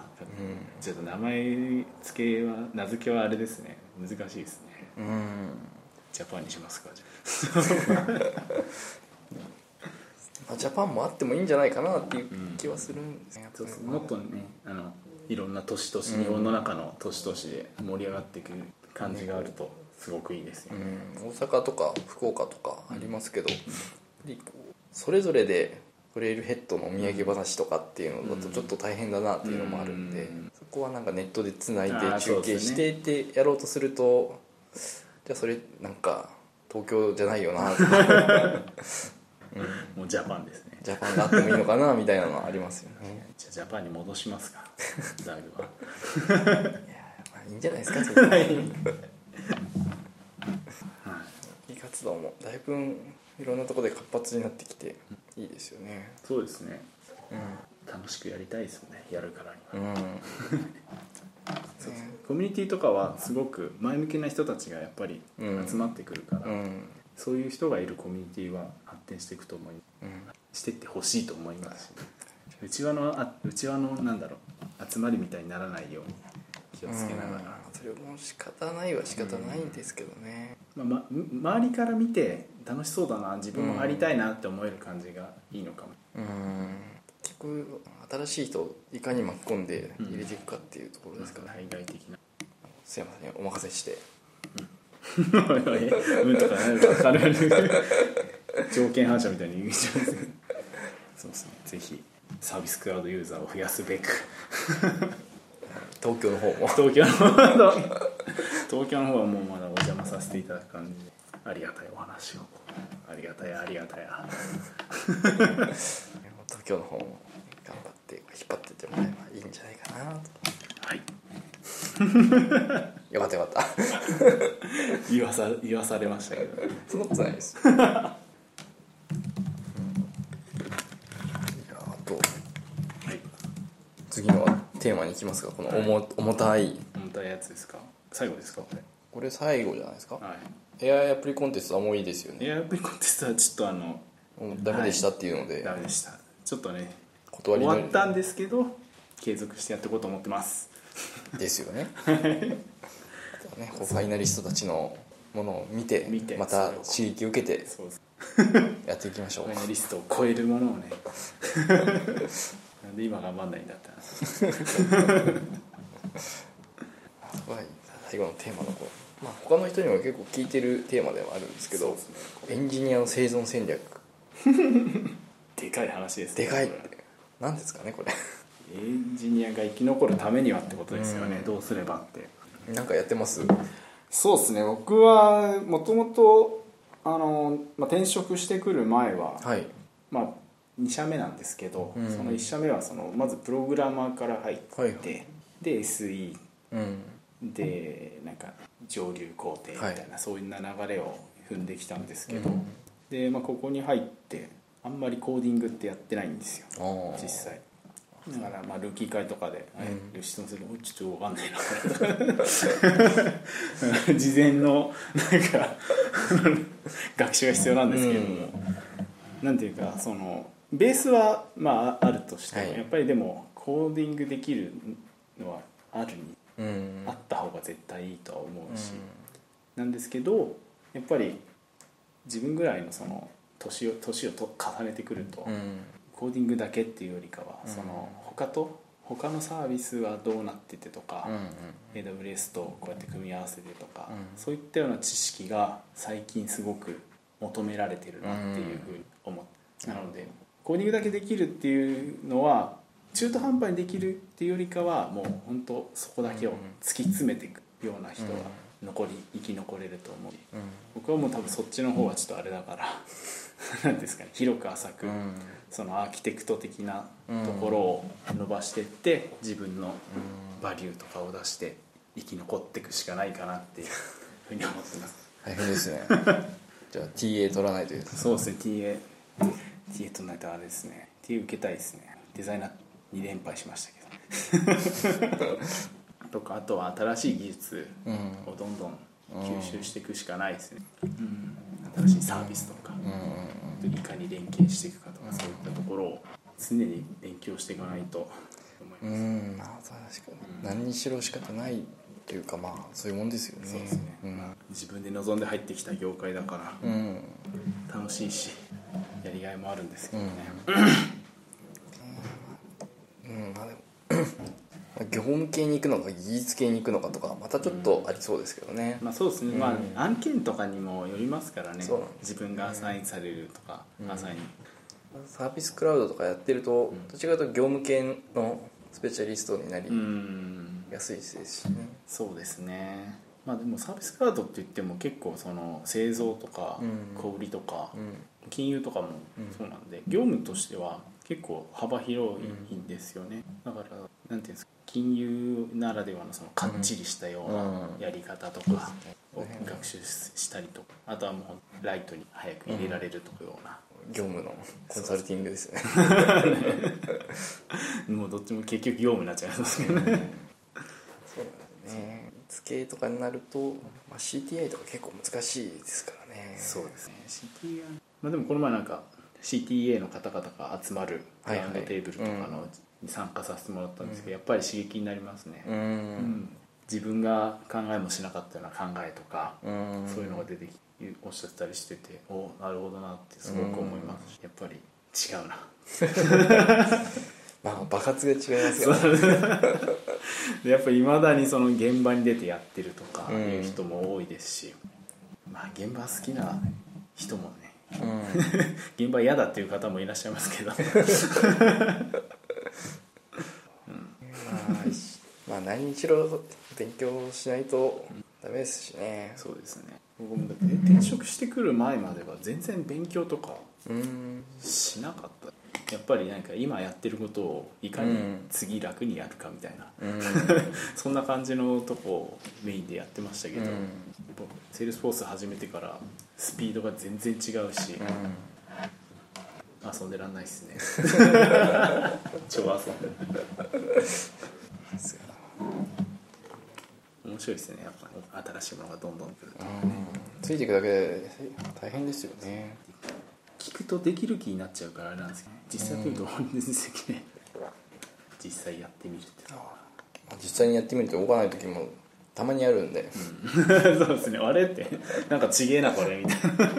ちょっと名前付けは名付けはあれですね難しいですねうん、うんジャパンにしますかじゃあまあジャパンもあってもいいんじゃないかなっていう気はするんですね、そうやっぱりもっとねあのいろんな年々日本の中の年々で盛り上がっていく感じがあるとすごくいいですよ、ねうん、大阪とか福岡とかありますけど、やっぱりこうそれぞれでトレイルヘッドのお土産話とかっていうのだとちょっと大変だなっていうのもあるんで、うんそこはなんかネットでつないであーそ中うで継すしねてってやろうとすると、じゃあそれなんか東京じゃないよなってもうジャパンですねジャパンがあってもいいのかなみたいなのはありますよね、じゃあジャパンに戻しますかザグはまあ、いいんじゃないですかそれははいい活動もだいぶいろんなところで活発になってきていいですよねそうですねうん楽しくやりたいですよねやるからにはうん、コミュニティとかはすごく前向きな人たちがやっぱりうん集まってくるから、うんそういう人がいるコミュニティは発展していくと思いしてってほしいと思いますうちわのあうちわのなんだろう集まりみたいにならないように気をつけながら、それも仕方ないは仕方ないんですけどね、まあま、周りから見て楽しそうだな自分もありたいなって思える感じがいいのかうも、ん、結局新しい人をいかに巻き込んで入れていくかっていうところですから、対外的な すいませんお任せしてうんとかなんか軽々条件反射みたいに言うじゃないですかそうですねぜひサービスクラウドユーザーを増やすべく東京の方 も東京の方の東京の方はもうまだお邪魔させていただく感じでありがたいお話をありがたいありがたい東京の方も頑張って引っ張ってってもらえばいいんじゃないかなとはいよかったよかった言わさ言わされましたけどそんなことないですう んいやあとはい次のテーマに行きますかこの重,、重たい重たいやつですか最後ですかこれこれ最後じゃないですかはエアーアプリコンテストはもういいですよいねエアプリコンテストはちょっとあのもうダメでしたっていうのでダメでしたちょっとね断終りのわったんですけど継続してやっていこうと思ってますですよねあとはねこうファイナリストたちのものを見て見てまた刺激を受けてそうですやっていきましょフう ァイナリストを超えるものをねなんで今頑張んないんだって話やばい最後のテーマの子、まあ、他の人にも結構聞いてるテーマではあるんですけどそうですエねンジニアの生存戦略でかい話ですねでかいっこて何ですかねこれれエンジニアが生き残るためにはってことですよね、うんどうすればって なんかやってますそうですね僕はもともとあの、まあ、転職してくる前は、はいまあ、2社目なんですけど、うんその1社目はそのまずプログラマーから入って、はいはいで SE うんでなんか上流工程みたいな、そういう流れを踏んできたんですけど、うんで、まあ、ここに入ってあんまりコーディングってやってないんですよあー実際だからまあルーキー会とかで、う質問するのちょっと分かんないな事前のなんか学習が必要なんですけれども、なんていうかそのベースはまああるとしても、はいやっぱりでもコーディングできるのはあるにうんあった方が絶対いいとは思うし、なんですけどやっぱり自分ぐらいのその年を年をと重ねてくると、うんうんコーディングだけっていうよりかは、うんその他と他のサービスはどうなっててとかうんう、ん AWS とこうやって組み合わせてとか、うんそういったような知識が最近すごく求められてるなっていうふうに思って、なのでコーディングだけできるっていうのは中途半端にできるっていうよりかはもう本当そこだけを突き詰めていくような人が残り生き残れると思ううん僕はもう多分そっちの方はちょっとあれだから 何、なん、ですかね広く浅く。うんそのアーキテクト的なところを伸ばしていって自分のバリューとかを出して生き残っていくしかないかなって いうふうに思ってます大変 ですねじゃあ TA 取らないというそうですね TA TA となるとあれですね TA 受けたいですねデザイナー2連敗しましたけど とかあとは新しい技術うんをどんどん吸収していくしかないですね、うん、新しいサービスとか、うんうんいかに連携していくかとかそういったところを常に勉強していかないと思いうます、んまあ確かに何にしろ仕方ないっていうかまあそういうもんですよねそうですね、まあ自分で望んで入ってきた業界だからうん、うん、楽しいしやりがいもあるんですけどね、うんまあでも 業務系に行くのか技術系に行くのかとかまたちょっとありそうですけどね、まあそうですね、まうんあ案件とかにもよりますからねそうなんです自分がアサインされるとか、アサインサービスクラウドとかやってるとどっちかというと業務系のスペシャリストになりうんやすいですしねそうですねまあでもサービスカードっていっても結構その製造とかうん小売りとか、うん金融とかもうんそうなんで、業務としては結構幅広いんですよね、だからなんていうんですか金融ならではのそのかっちりしたようなうんやり方とかうんを学習したりとかあとはもうライトに早く入れられるとかような、業務のコンサルティングですねもうどっちも結局業務になっちゃいますけどね、そうだね技術系とかになると、まあ、CTI とか結構難しいですからねそうですね CTA まあでもこの前なんか CTA の方々が集まるはラいウンドテーブルとかはいのに参加させてもらったんですけど、やっぱり刺激になりますね、うん自分が考えもしなかったような考えとか、うんそういうのが出てきおっしゃってたりしてておなるほどなってすごく思います、やっぱり違うな まあ爆発が違いますよねでやっぱいまだにその現場に出てやってるとかいう人も多いですし、まあ現場好きな人もねうん 現場嫌だっていう方もいらっしゃいますけどまあしまあ何にしろ勉強しないとダメですしねそうですね僕もだって転職してくる前までは全然勉強とかうんしなかったやっぱりなんか今やってることをいかに次楽にやるかみたいな、うん そんな感じのとこをメインでやってましたけど、うん僕セールスフォース始めてからスピードが全然違うし、遊んでらんないっす ね超遊んでる面白いですねやっぱ新しいものがどんどん来るとついていくだけで大変ですよね聞くとできる気になっちゃうからあれなんですけど実際やってみると全然できない 実際やってみるってのはまあ実際にやってみると動かない時もたまにあるんで、 そうですねあれ ってなんかちげえなこれみたいな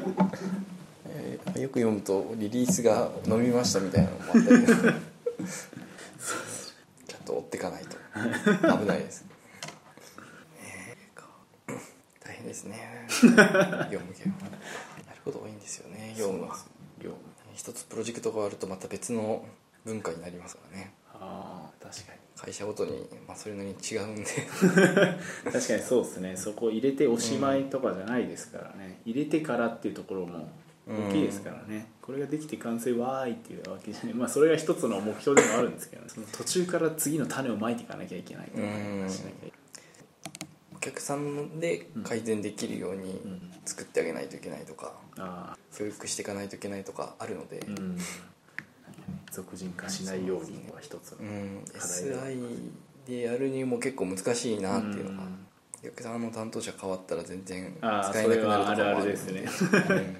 えーよく読むとリリースが伸びましたみたいなのもあったり ちゃんと追っていかないと危ないですねえか大変ですね業務系はやること多いんですよね業務は業務一つプロジェクトがあるとまた別の文化になりますからねああ確かに会社ごとに、まあ、それなりに違うんで 確かにそうですねそこ入れておしまいとかじゃないですからね、入れてからっていうところも大きいですからね、これができて完成わーいっていうわけじゃないまあそれが一つの目標でもあるんですけど、ね、その途中から次の種をまいていかなきゃいけないとかねうんしなきゃいお客さんで改善できるようにん作ってあげないといけないとかけないああ教育していかないといけないとかあるので、うんなんかね俗人化しないようには一つの、うん、課題だ SI でやるにも結構難しいなっていうのが、うんお客さんの担当者変わったら全然ああ使えなくなるとかもそれはあるあるんですね うん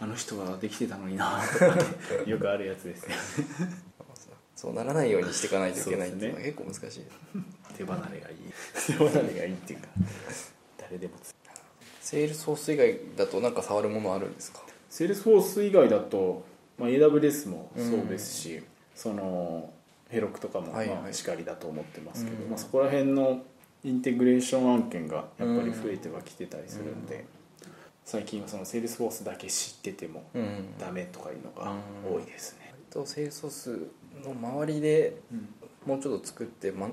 あの人はできてたのになとかねよくあるやつですよね そうならないようにしていかないといけないっそうていでうすのねは結構難しいです手離れがいい 手離れがいいっていうか誰でもつセールソース以外だとなんか触るものあるんですかセールスフォース以外だと、まあ、AWS もそうですし、そのヘロクとかもまはいはあいしかりだと思ってますけど、うんまあ、そこら辺のインテグレーション案件がやっぱり増えてはきてたりするんで、最近はそのセールスフォースだけ知っててもうんダメとかいうのが多いですね、とセールソースの周りでうんもうちょっと作って、ま、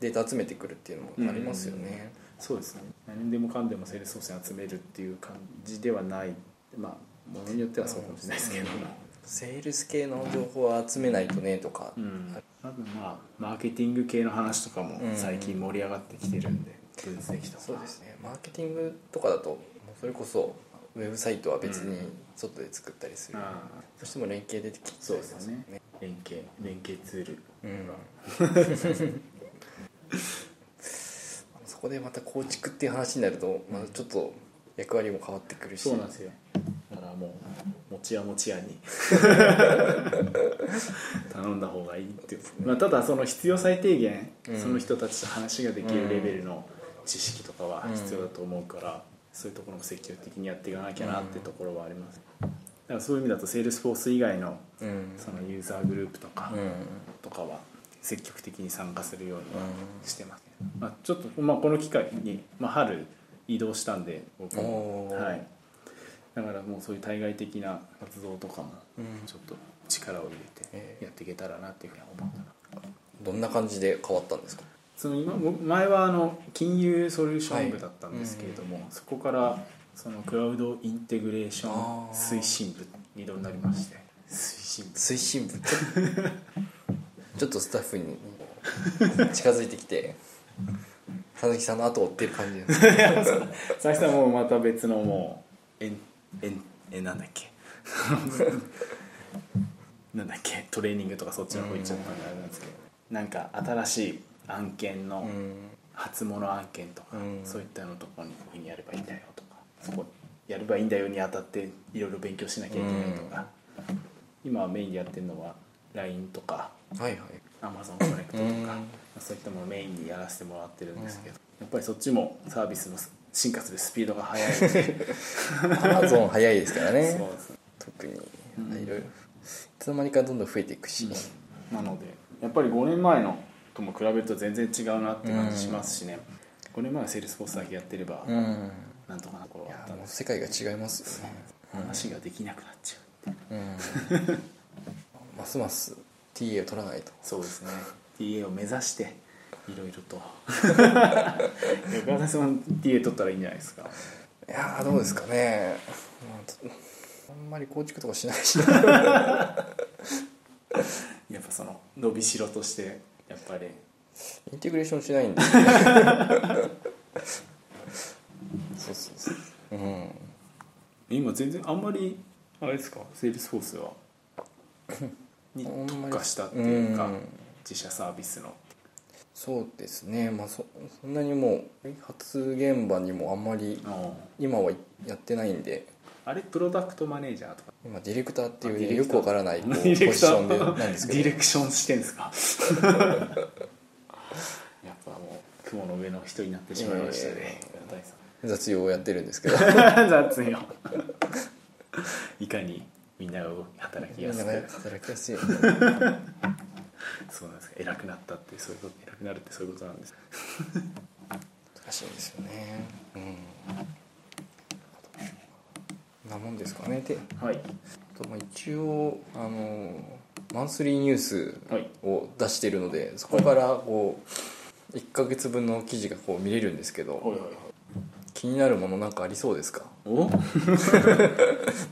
データ集めてくるっていうのもありますよね、そうですね何でもかんでもセールスフォースに集めるっていう感じではないまあものによってはそうかもしれないですけども、セールス系の情報は集めないとねとか、うん、あとまあマーケティング系の話とかもうん最近盛り上がってきてるんで、分析とかそうですねマーケティングとかだともうそれこそウェブサイトは別に外で作ったりする、ああどうしても連携出てきてそうですよね連携連携ツールうん、そこでまた構築っていう話になると、まあ、ちょっと役割も変わってくるしそうなんですよだからもう持ち屋持ち屋に 頼んだ方がいいっていう、まあ、ただその必要最低限、うんその人たちと話ができるレベルの知識とかは必要だと思うから、そういうところも積極的にやっていかなきゃなってところはあります、だからそういう意味だとセールスフォース以外のうんそのユーザーグループとか、うんとかは積極的に参加するようにはしてます、まあ、ちょっと、まあ、この機会に、まあ、春移動したんで僕もおーはいだからもうそういう対外的な活動とかもうんちょっと力を入れえてやっていけたらなっていうふうに思ったなどんな感じで変わったんですかその今僕前はあの金融ソリューション部だったんですけれども、そこからそのクラウドインテグレーションあー推進部に移動になりまして推進部推進部 ちょっとちょっとスタッフに近づいてきて佐々木さんの後を追ってる感じ です佐々木さんもまた別のもうえんえんえなんだっけ なんだっけトレーニングとかそっちの方行っちゃったんであれなんですけど、なんか新しい案件うのん初物案件とうか、んそういったのとこにこういうふうにやればいいんだよとかそこやればいいんだよにあたっていろいろ勉強しなきゃいけないとか、今はメインでやってるのは LINE とかはいはいアマゾンコネクトとか、うんそういったものをメインにやらせてもらってるんですけど、やっぱりそっちもサービスの進化するスピードが速いの でアマゾン早いですからねそうですね特にいろいろいつの間にかどんどん増えていくし、なのでやっぱり5年前のとも比べると全然違うなって感じしますしね、5年前はセールスフォースだけやってればうんなんとかなところがあったあんでのす世界が違いますよね、話ができなくなっちゃううん、ますます TA を取らないとそうですね TA を目指していろいろ と横山さんも TA 取ったらいいんじゃないですかいやーどうですかね、まあちょっとあんまり構築とかしない しやっぱその伸びしろとしてやっぱりインテグレーションしないんでそうそうそううん今全然あんまりあれですかセールスフォ ースはにあんまり特化したっていうかうん自社サービスのそうですねまあそそんなにもう開発現場にもあんまり今はやってないんであれプロダクトマネージャーとか今ディレクターっていう、あディね、レよクターくわからないこうポデジィレクシタョンでーなんですディけレどクションしてんです かやっぱもう雲の上の人になってしまいましたね大さん雑用をやってるんですけど雑よ いかにみんなが働きみやんすなくが働きやすいようにそうなんです偉くなったってそういうこと偉くなるってそういうことなんです難しいですよねうんなもんですかねではいとまあ一応あのマンスリーニュースはいを出しているのでそこからこう1ヶ月分の記事がこう見れるんですけはいどはいはい気になるものなんかありそうですかお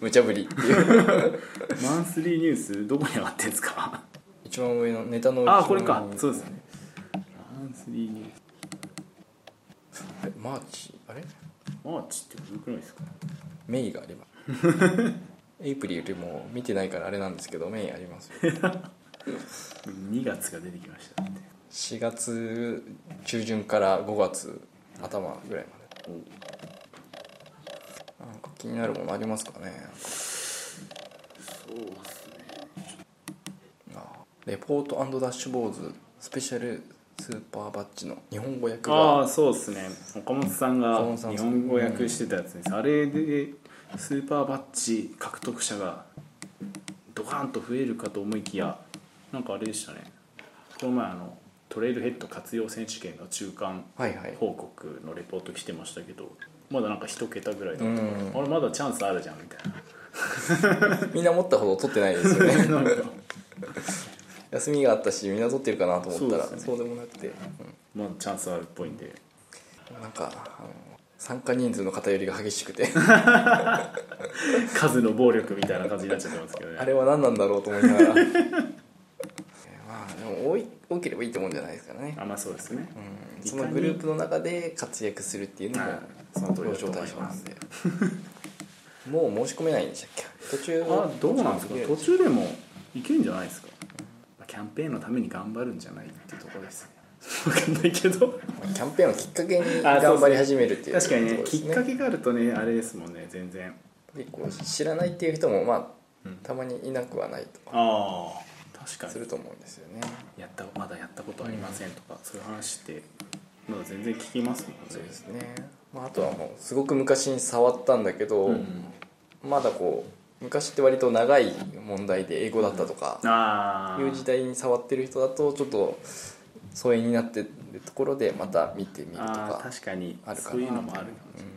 無茶ぶ りっていうマンスリーニュースどこに上がってんですか一番上のネタの一番上 あにこれかそうですねマンスリーニュースえマーチあれマーチって古くないですかメイがあり ますエイプリルよりも見てないからあれなんですけどメイありますよ2月が出てきましたって4月中旬から5月頭ぐらいまでなんか気になるものありますかねそうですねあレポートダッシュボーズスペシャルスーパーバッジの日本語訳あがあそうですね岡本さんが岡本さん日本語訳してたやつです、あれでスーパーバッジ獲得者がドカーンと増えるかと思いきやなんかあれでしたねこの前あのトレイルヘッド活用選手権の中間はいはい報告のレポート来てましたけどまだなんか一桁ぐらいだうったかんらあれまだチャンスあるじゃんみたいなみんな持ったほど取ってないですよね 休みがあったしみんな取ってるかなと思ったらそそううですでもなくて、まだチャンスあるっぽいんでうんなんかあの参加人数の偏りが激しくて 数の暴力みたいな感じになっちゃってますけどねあれは何なんだろうと思いながら えまあでも多い多ければいいと思うんじゃないですからねあまあそうですね、うんそのグループの中で活躍するっていうのもはいその通りだ表と彰思い対ます象なんでもう申し込めないんでしたっけ途中あどうなんですか途途中中でもいけんじゃないですかキャンペーンのために頑張るんじゃないってとこですね分かんないけどキャンペーンをきっかけにあそうそう頑張り始める っていう確かにねところできすっかけがあるとねあれですもんね全然結構知らないっていう人もまあたまにいなくはないとかああ確かするにと思うんですよねやったまだやったことありませんとか、そういう話ってまだ全然聞きますもんねそうですね、まあ、あとはもうすごく昔に触ったんだけど、うんまだこう昔って割と長い問題で英語だったとか、ああいう時代に触ってる人だとちょっと疎遠になってるところでまた見てみるとああか確かにあるかなそういうのもあるかもしれない、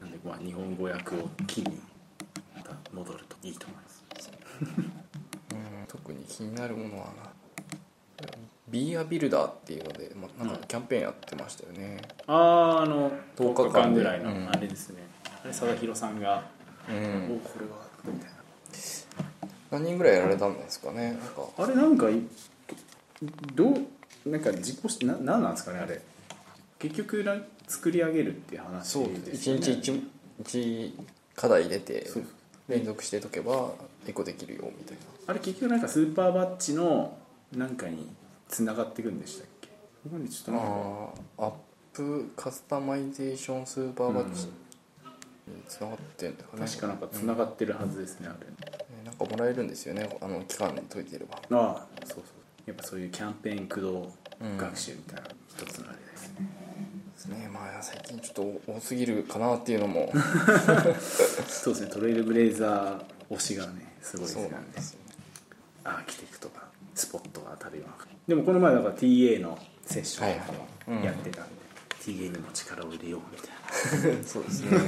なんでまあ日本語訳を機にまた戻るといいと思いますうん特に気になるものはな「ビーアビルダー」っていうので、まあ、なんかキャンペーンやってましたよね、あーあの10 10日日間間ぐでらいのうんあれですね、あれ貞弘さんがう「おん、これは」みたい何人ぐらいやられたんですかねなんかなあれなんかいどうなんか自己しななんなんですかねあれ結局ら作り上げるっていう話ですよ1ね日 1, 一課題入れてそう連続して解けばエコできるよみたいなあれ結局なんかスーパーバッジのなんかに繋がっていくんでしたっけ今までちょっとなんかあーアップカスタマイゼーションスーパーバッジにつながってんだかね確かなんか繋がってるはずですねあれねなんかもらえるんですよねあの期間に解いてればああそうそうやっぱそういうキャンペーン駆動うん学習みたいな一つのあれですねですねまあ最近ちょっと多すぎるかなっていうのもそうですねトレイルブレイザー推しがねすごい好きそうななんんでですよねアーキテクトがスポットが当たるようなでもこの前だから TA のセッションとかはいはもいやってたんで、TA にも力を入れようみたいなそうですね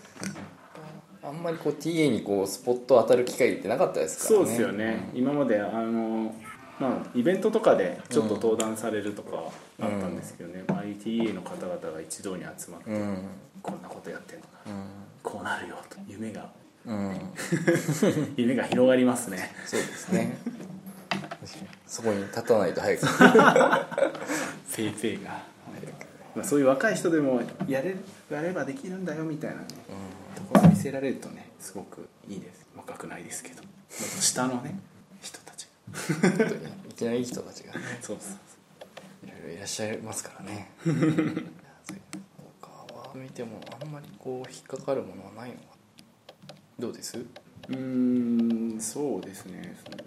あんまりこう TA にこうスポット当たる機会ってなかったですかそらうねですよね、今まであのまあイベントとかでちょっと登壇されるとかあったんですけどね、まあ TA の方々が一堂に集まって、うんこんなことやってんのかうんこうなるよと夢がうん夢が広がります ねそうですねそこに立たないと早くペイペイが、まあ、そういう若い人でもやれやればできるんだよみたいなね、ところ見せられるとねすごくいいです若くないですけ どもっと下のね人たちが本当にいきなりいい人たちがねそうそういろいろいらっしゃいますからね他は見てもあんまりこう引っかかるものはないのかどうですうーんそうですねその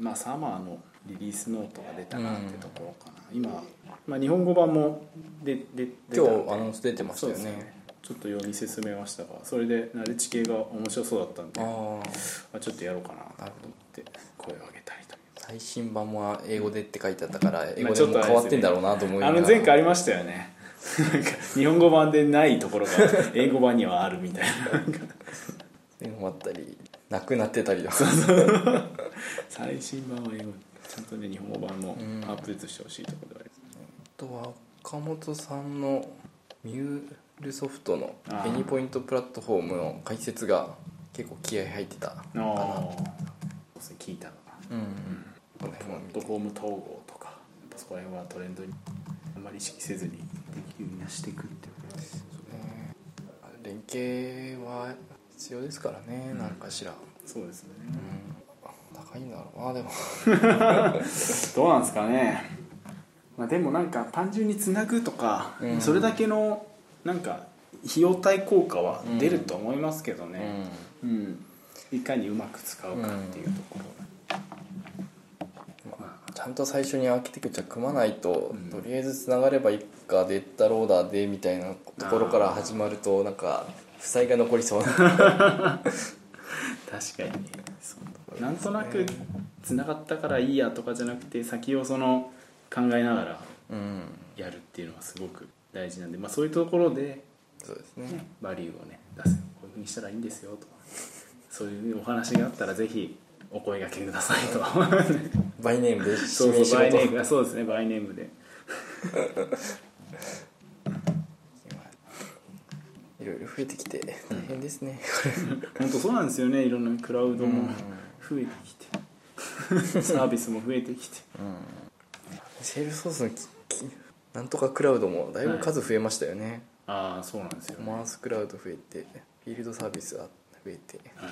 まあサマーのリリースノートが出たなってところかな、今、まあ、日本語版もでで出た今んで日アナウンス出てましたよねそうですちょっと読み進めましたがそれで慣れ地系が面白そうだったんでああまあ、ちょっとやろうかななると思って声を上げたりという最新版は英語でって書いてあったから英ま語あでちょもっうとあ変れですねわってんだろうなと思いなあがらの前回ありましたよ ねなんか日本語版でないところが英語版にはあるみたいななんかでもあったりなくなってたりとか 最新版は英語ちゃんとね日本語版もアップデートしてほしいところではありますあとは岡本さんのミュールソフトのあーエニポイントプラットフォームの解説が結構気合い入ってたかああなそうですね聞いたのがうん、この辺も見ドてコモ統合とかやっぱそこら辺はトレンドにあんまり意識せずにできるようにはしていくっていうことですね連携は必要ですからねなんかしら、そうですね、うん、高いんだろうなでもどうなんですかね、まあ、でもなんか単純につなぐとか、うんそれだけのなんか費用対効果は出ると思いますけどね、うんいかにうまく使うかっていうところ、まあちゃんと最初にアーキテクチャ組まないと、うんとりあえずつながればいいかでったローダーでみたいなところから始まるとなんか負債が残りそうな確かにそうなんとなくつながったからいいやとかじゃなくて先をその考えながらうんやるっていうのはすごく大事なんで、まあ、そういうところでそうですねバリューをね出すこういうふうにしたらいいんですよとかそういうお話があったらぜひお声がけくださいとバイネームでそ指名うそしうろバイとネームがそうですねバイネームでいろいろ増えてきて大変ですね、本当そうなんですよねいろんなクラウドも増えてきてサービスも増えてきてセールスソースのききなんとかクラウドもだいぶ数増えましたよね、ああそうなんですよね、マースクラウド増えてフィールドサービスが増えてはい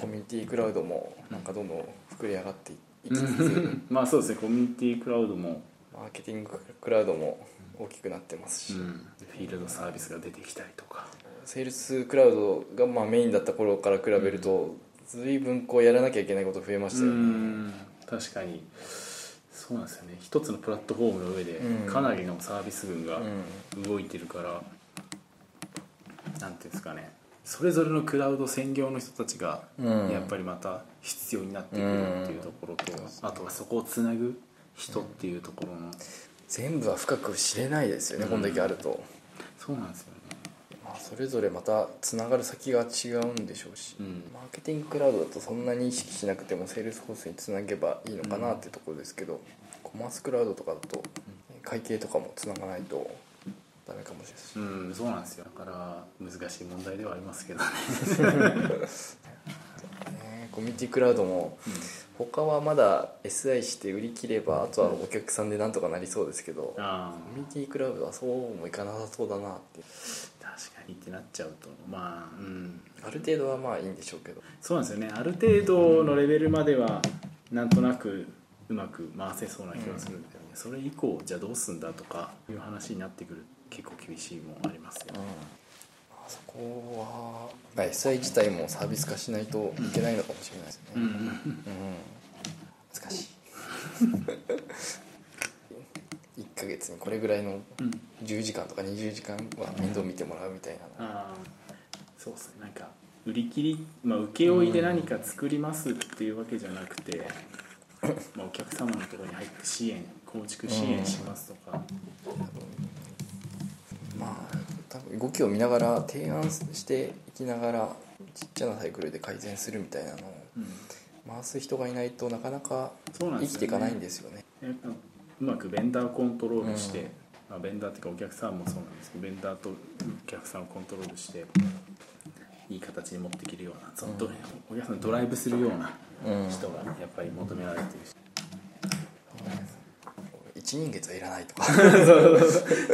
コミュニティクラウドもなんかどんどん膨れ上がっていきつつ、まあそうですねコミュニティクラウドも、マーケティングクラウドも大きくなってますし、フィールドサービスが出てきたりとかセールスクラウドがまあメインだった頃から比べると、随分こうやらなきゃいけないこと増えましたうよね、ん確かにそうなんですよね一つのプラットフォームの上でうんかなりのサービス群がうん動いてるから、なんていうんですかねそれぞれのクラウド専業の人たちがうんやっぱりまた必要になってくるっていうところと、あとはそこをつなぐ人っていうところの、全部は深く知れないですよね、うんこんだけあると、そうなんですよねまあ、それぞれまたつながる先が違うんでしょうし、うんマーケティングクラウドだとそんなに意識しなくてもセールスフォースにつなげばいいのかなってところですけど、コマースクラウドとかだと会計とかもつながないとダメかもしれないし、うんそうなんですよだから難しい問題ではありますけどねねコミュニティクラウドも、他はまだ SI して売り切ればあとはお客さんでなんとかなりそうですけど、コああミュニティクラウドはそうもいかなさそうだなって確かにってなっちゃうとまあうんある程度はまあいいんでしょうけどそうなんですよねある程度のレベルまではなんとなくうまく回せそうな気がするんだけどね、それ以降じゃあどうすんだとかいう話になってくる結構厳しいもんありますよね、あそこは、まあ、SI 自体もサービス化しないといけないのかもしれないですね、うんううんん難 しい1ヶ月にこれぐらいのうん10時間とか20時間は面倒見てもらうみたいなああそうですねなんか売り切り、まあ、請負いで何か作りますっていうわけじゃなくて、まあ、お客様のところに入って支援構築支援しますとか、まあ多分動きを見ながら提案していきながらちっちゃなサイクルで改善するみたいなのをうん回す人がいないとなかなかそうなん生ですきよてねいかないんですよねやっぱうまくベンダーコントロールして、うんまあ、ベンダーっていうかお客さんもそうなんですけどベンダーとお客さんをコントロールしていい形に持っていけるようなそのドライお客さんをドライブするようなうん人がやっぱり求められてるし、一人月はいらないとか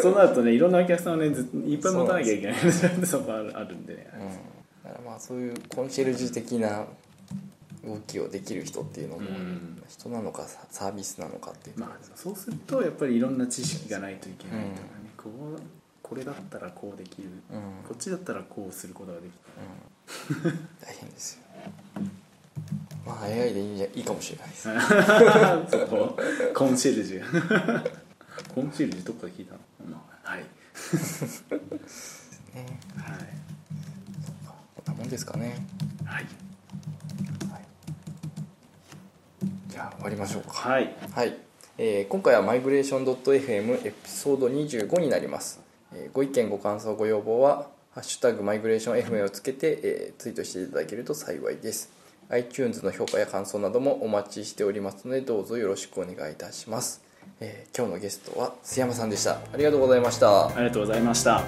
そうなるとねいろんなお客さんをねずいっぱい持たなきゃいけないそこあるあるんでね、うんだからまあそういうコンシェルジュ的な動きをできる人っていうのも、うん人なのかササービスなのかっていう、まあそうするとやっぱりいろんな知識がないといけないとかね、こうこれだったらこうできる、うんこっちだったらこうすることができる大変ですよまあ AI でいいんじゃいいかもしれない です、そこコンシェルジュコンシェルジュどっかで聞いたの、まあはいねはいこんなもんですかねはいじゃあ終わりましょうかはいはい、えー今回はマイグレーション .fm エピソード25になります、えーご意見ご感想ご要望は「ハッシュタグマイグレーション FM」をつけて、えーツイートしていただけると幸いです iTunes の評価や感想などもお待ちしておりますのでどうぞよろしくお願いいたします、えー今日のゲストは須山さんでしたありがとうございましたありがとうございました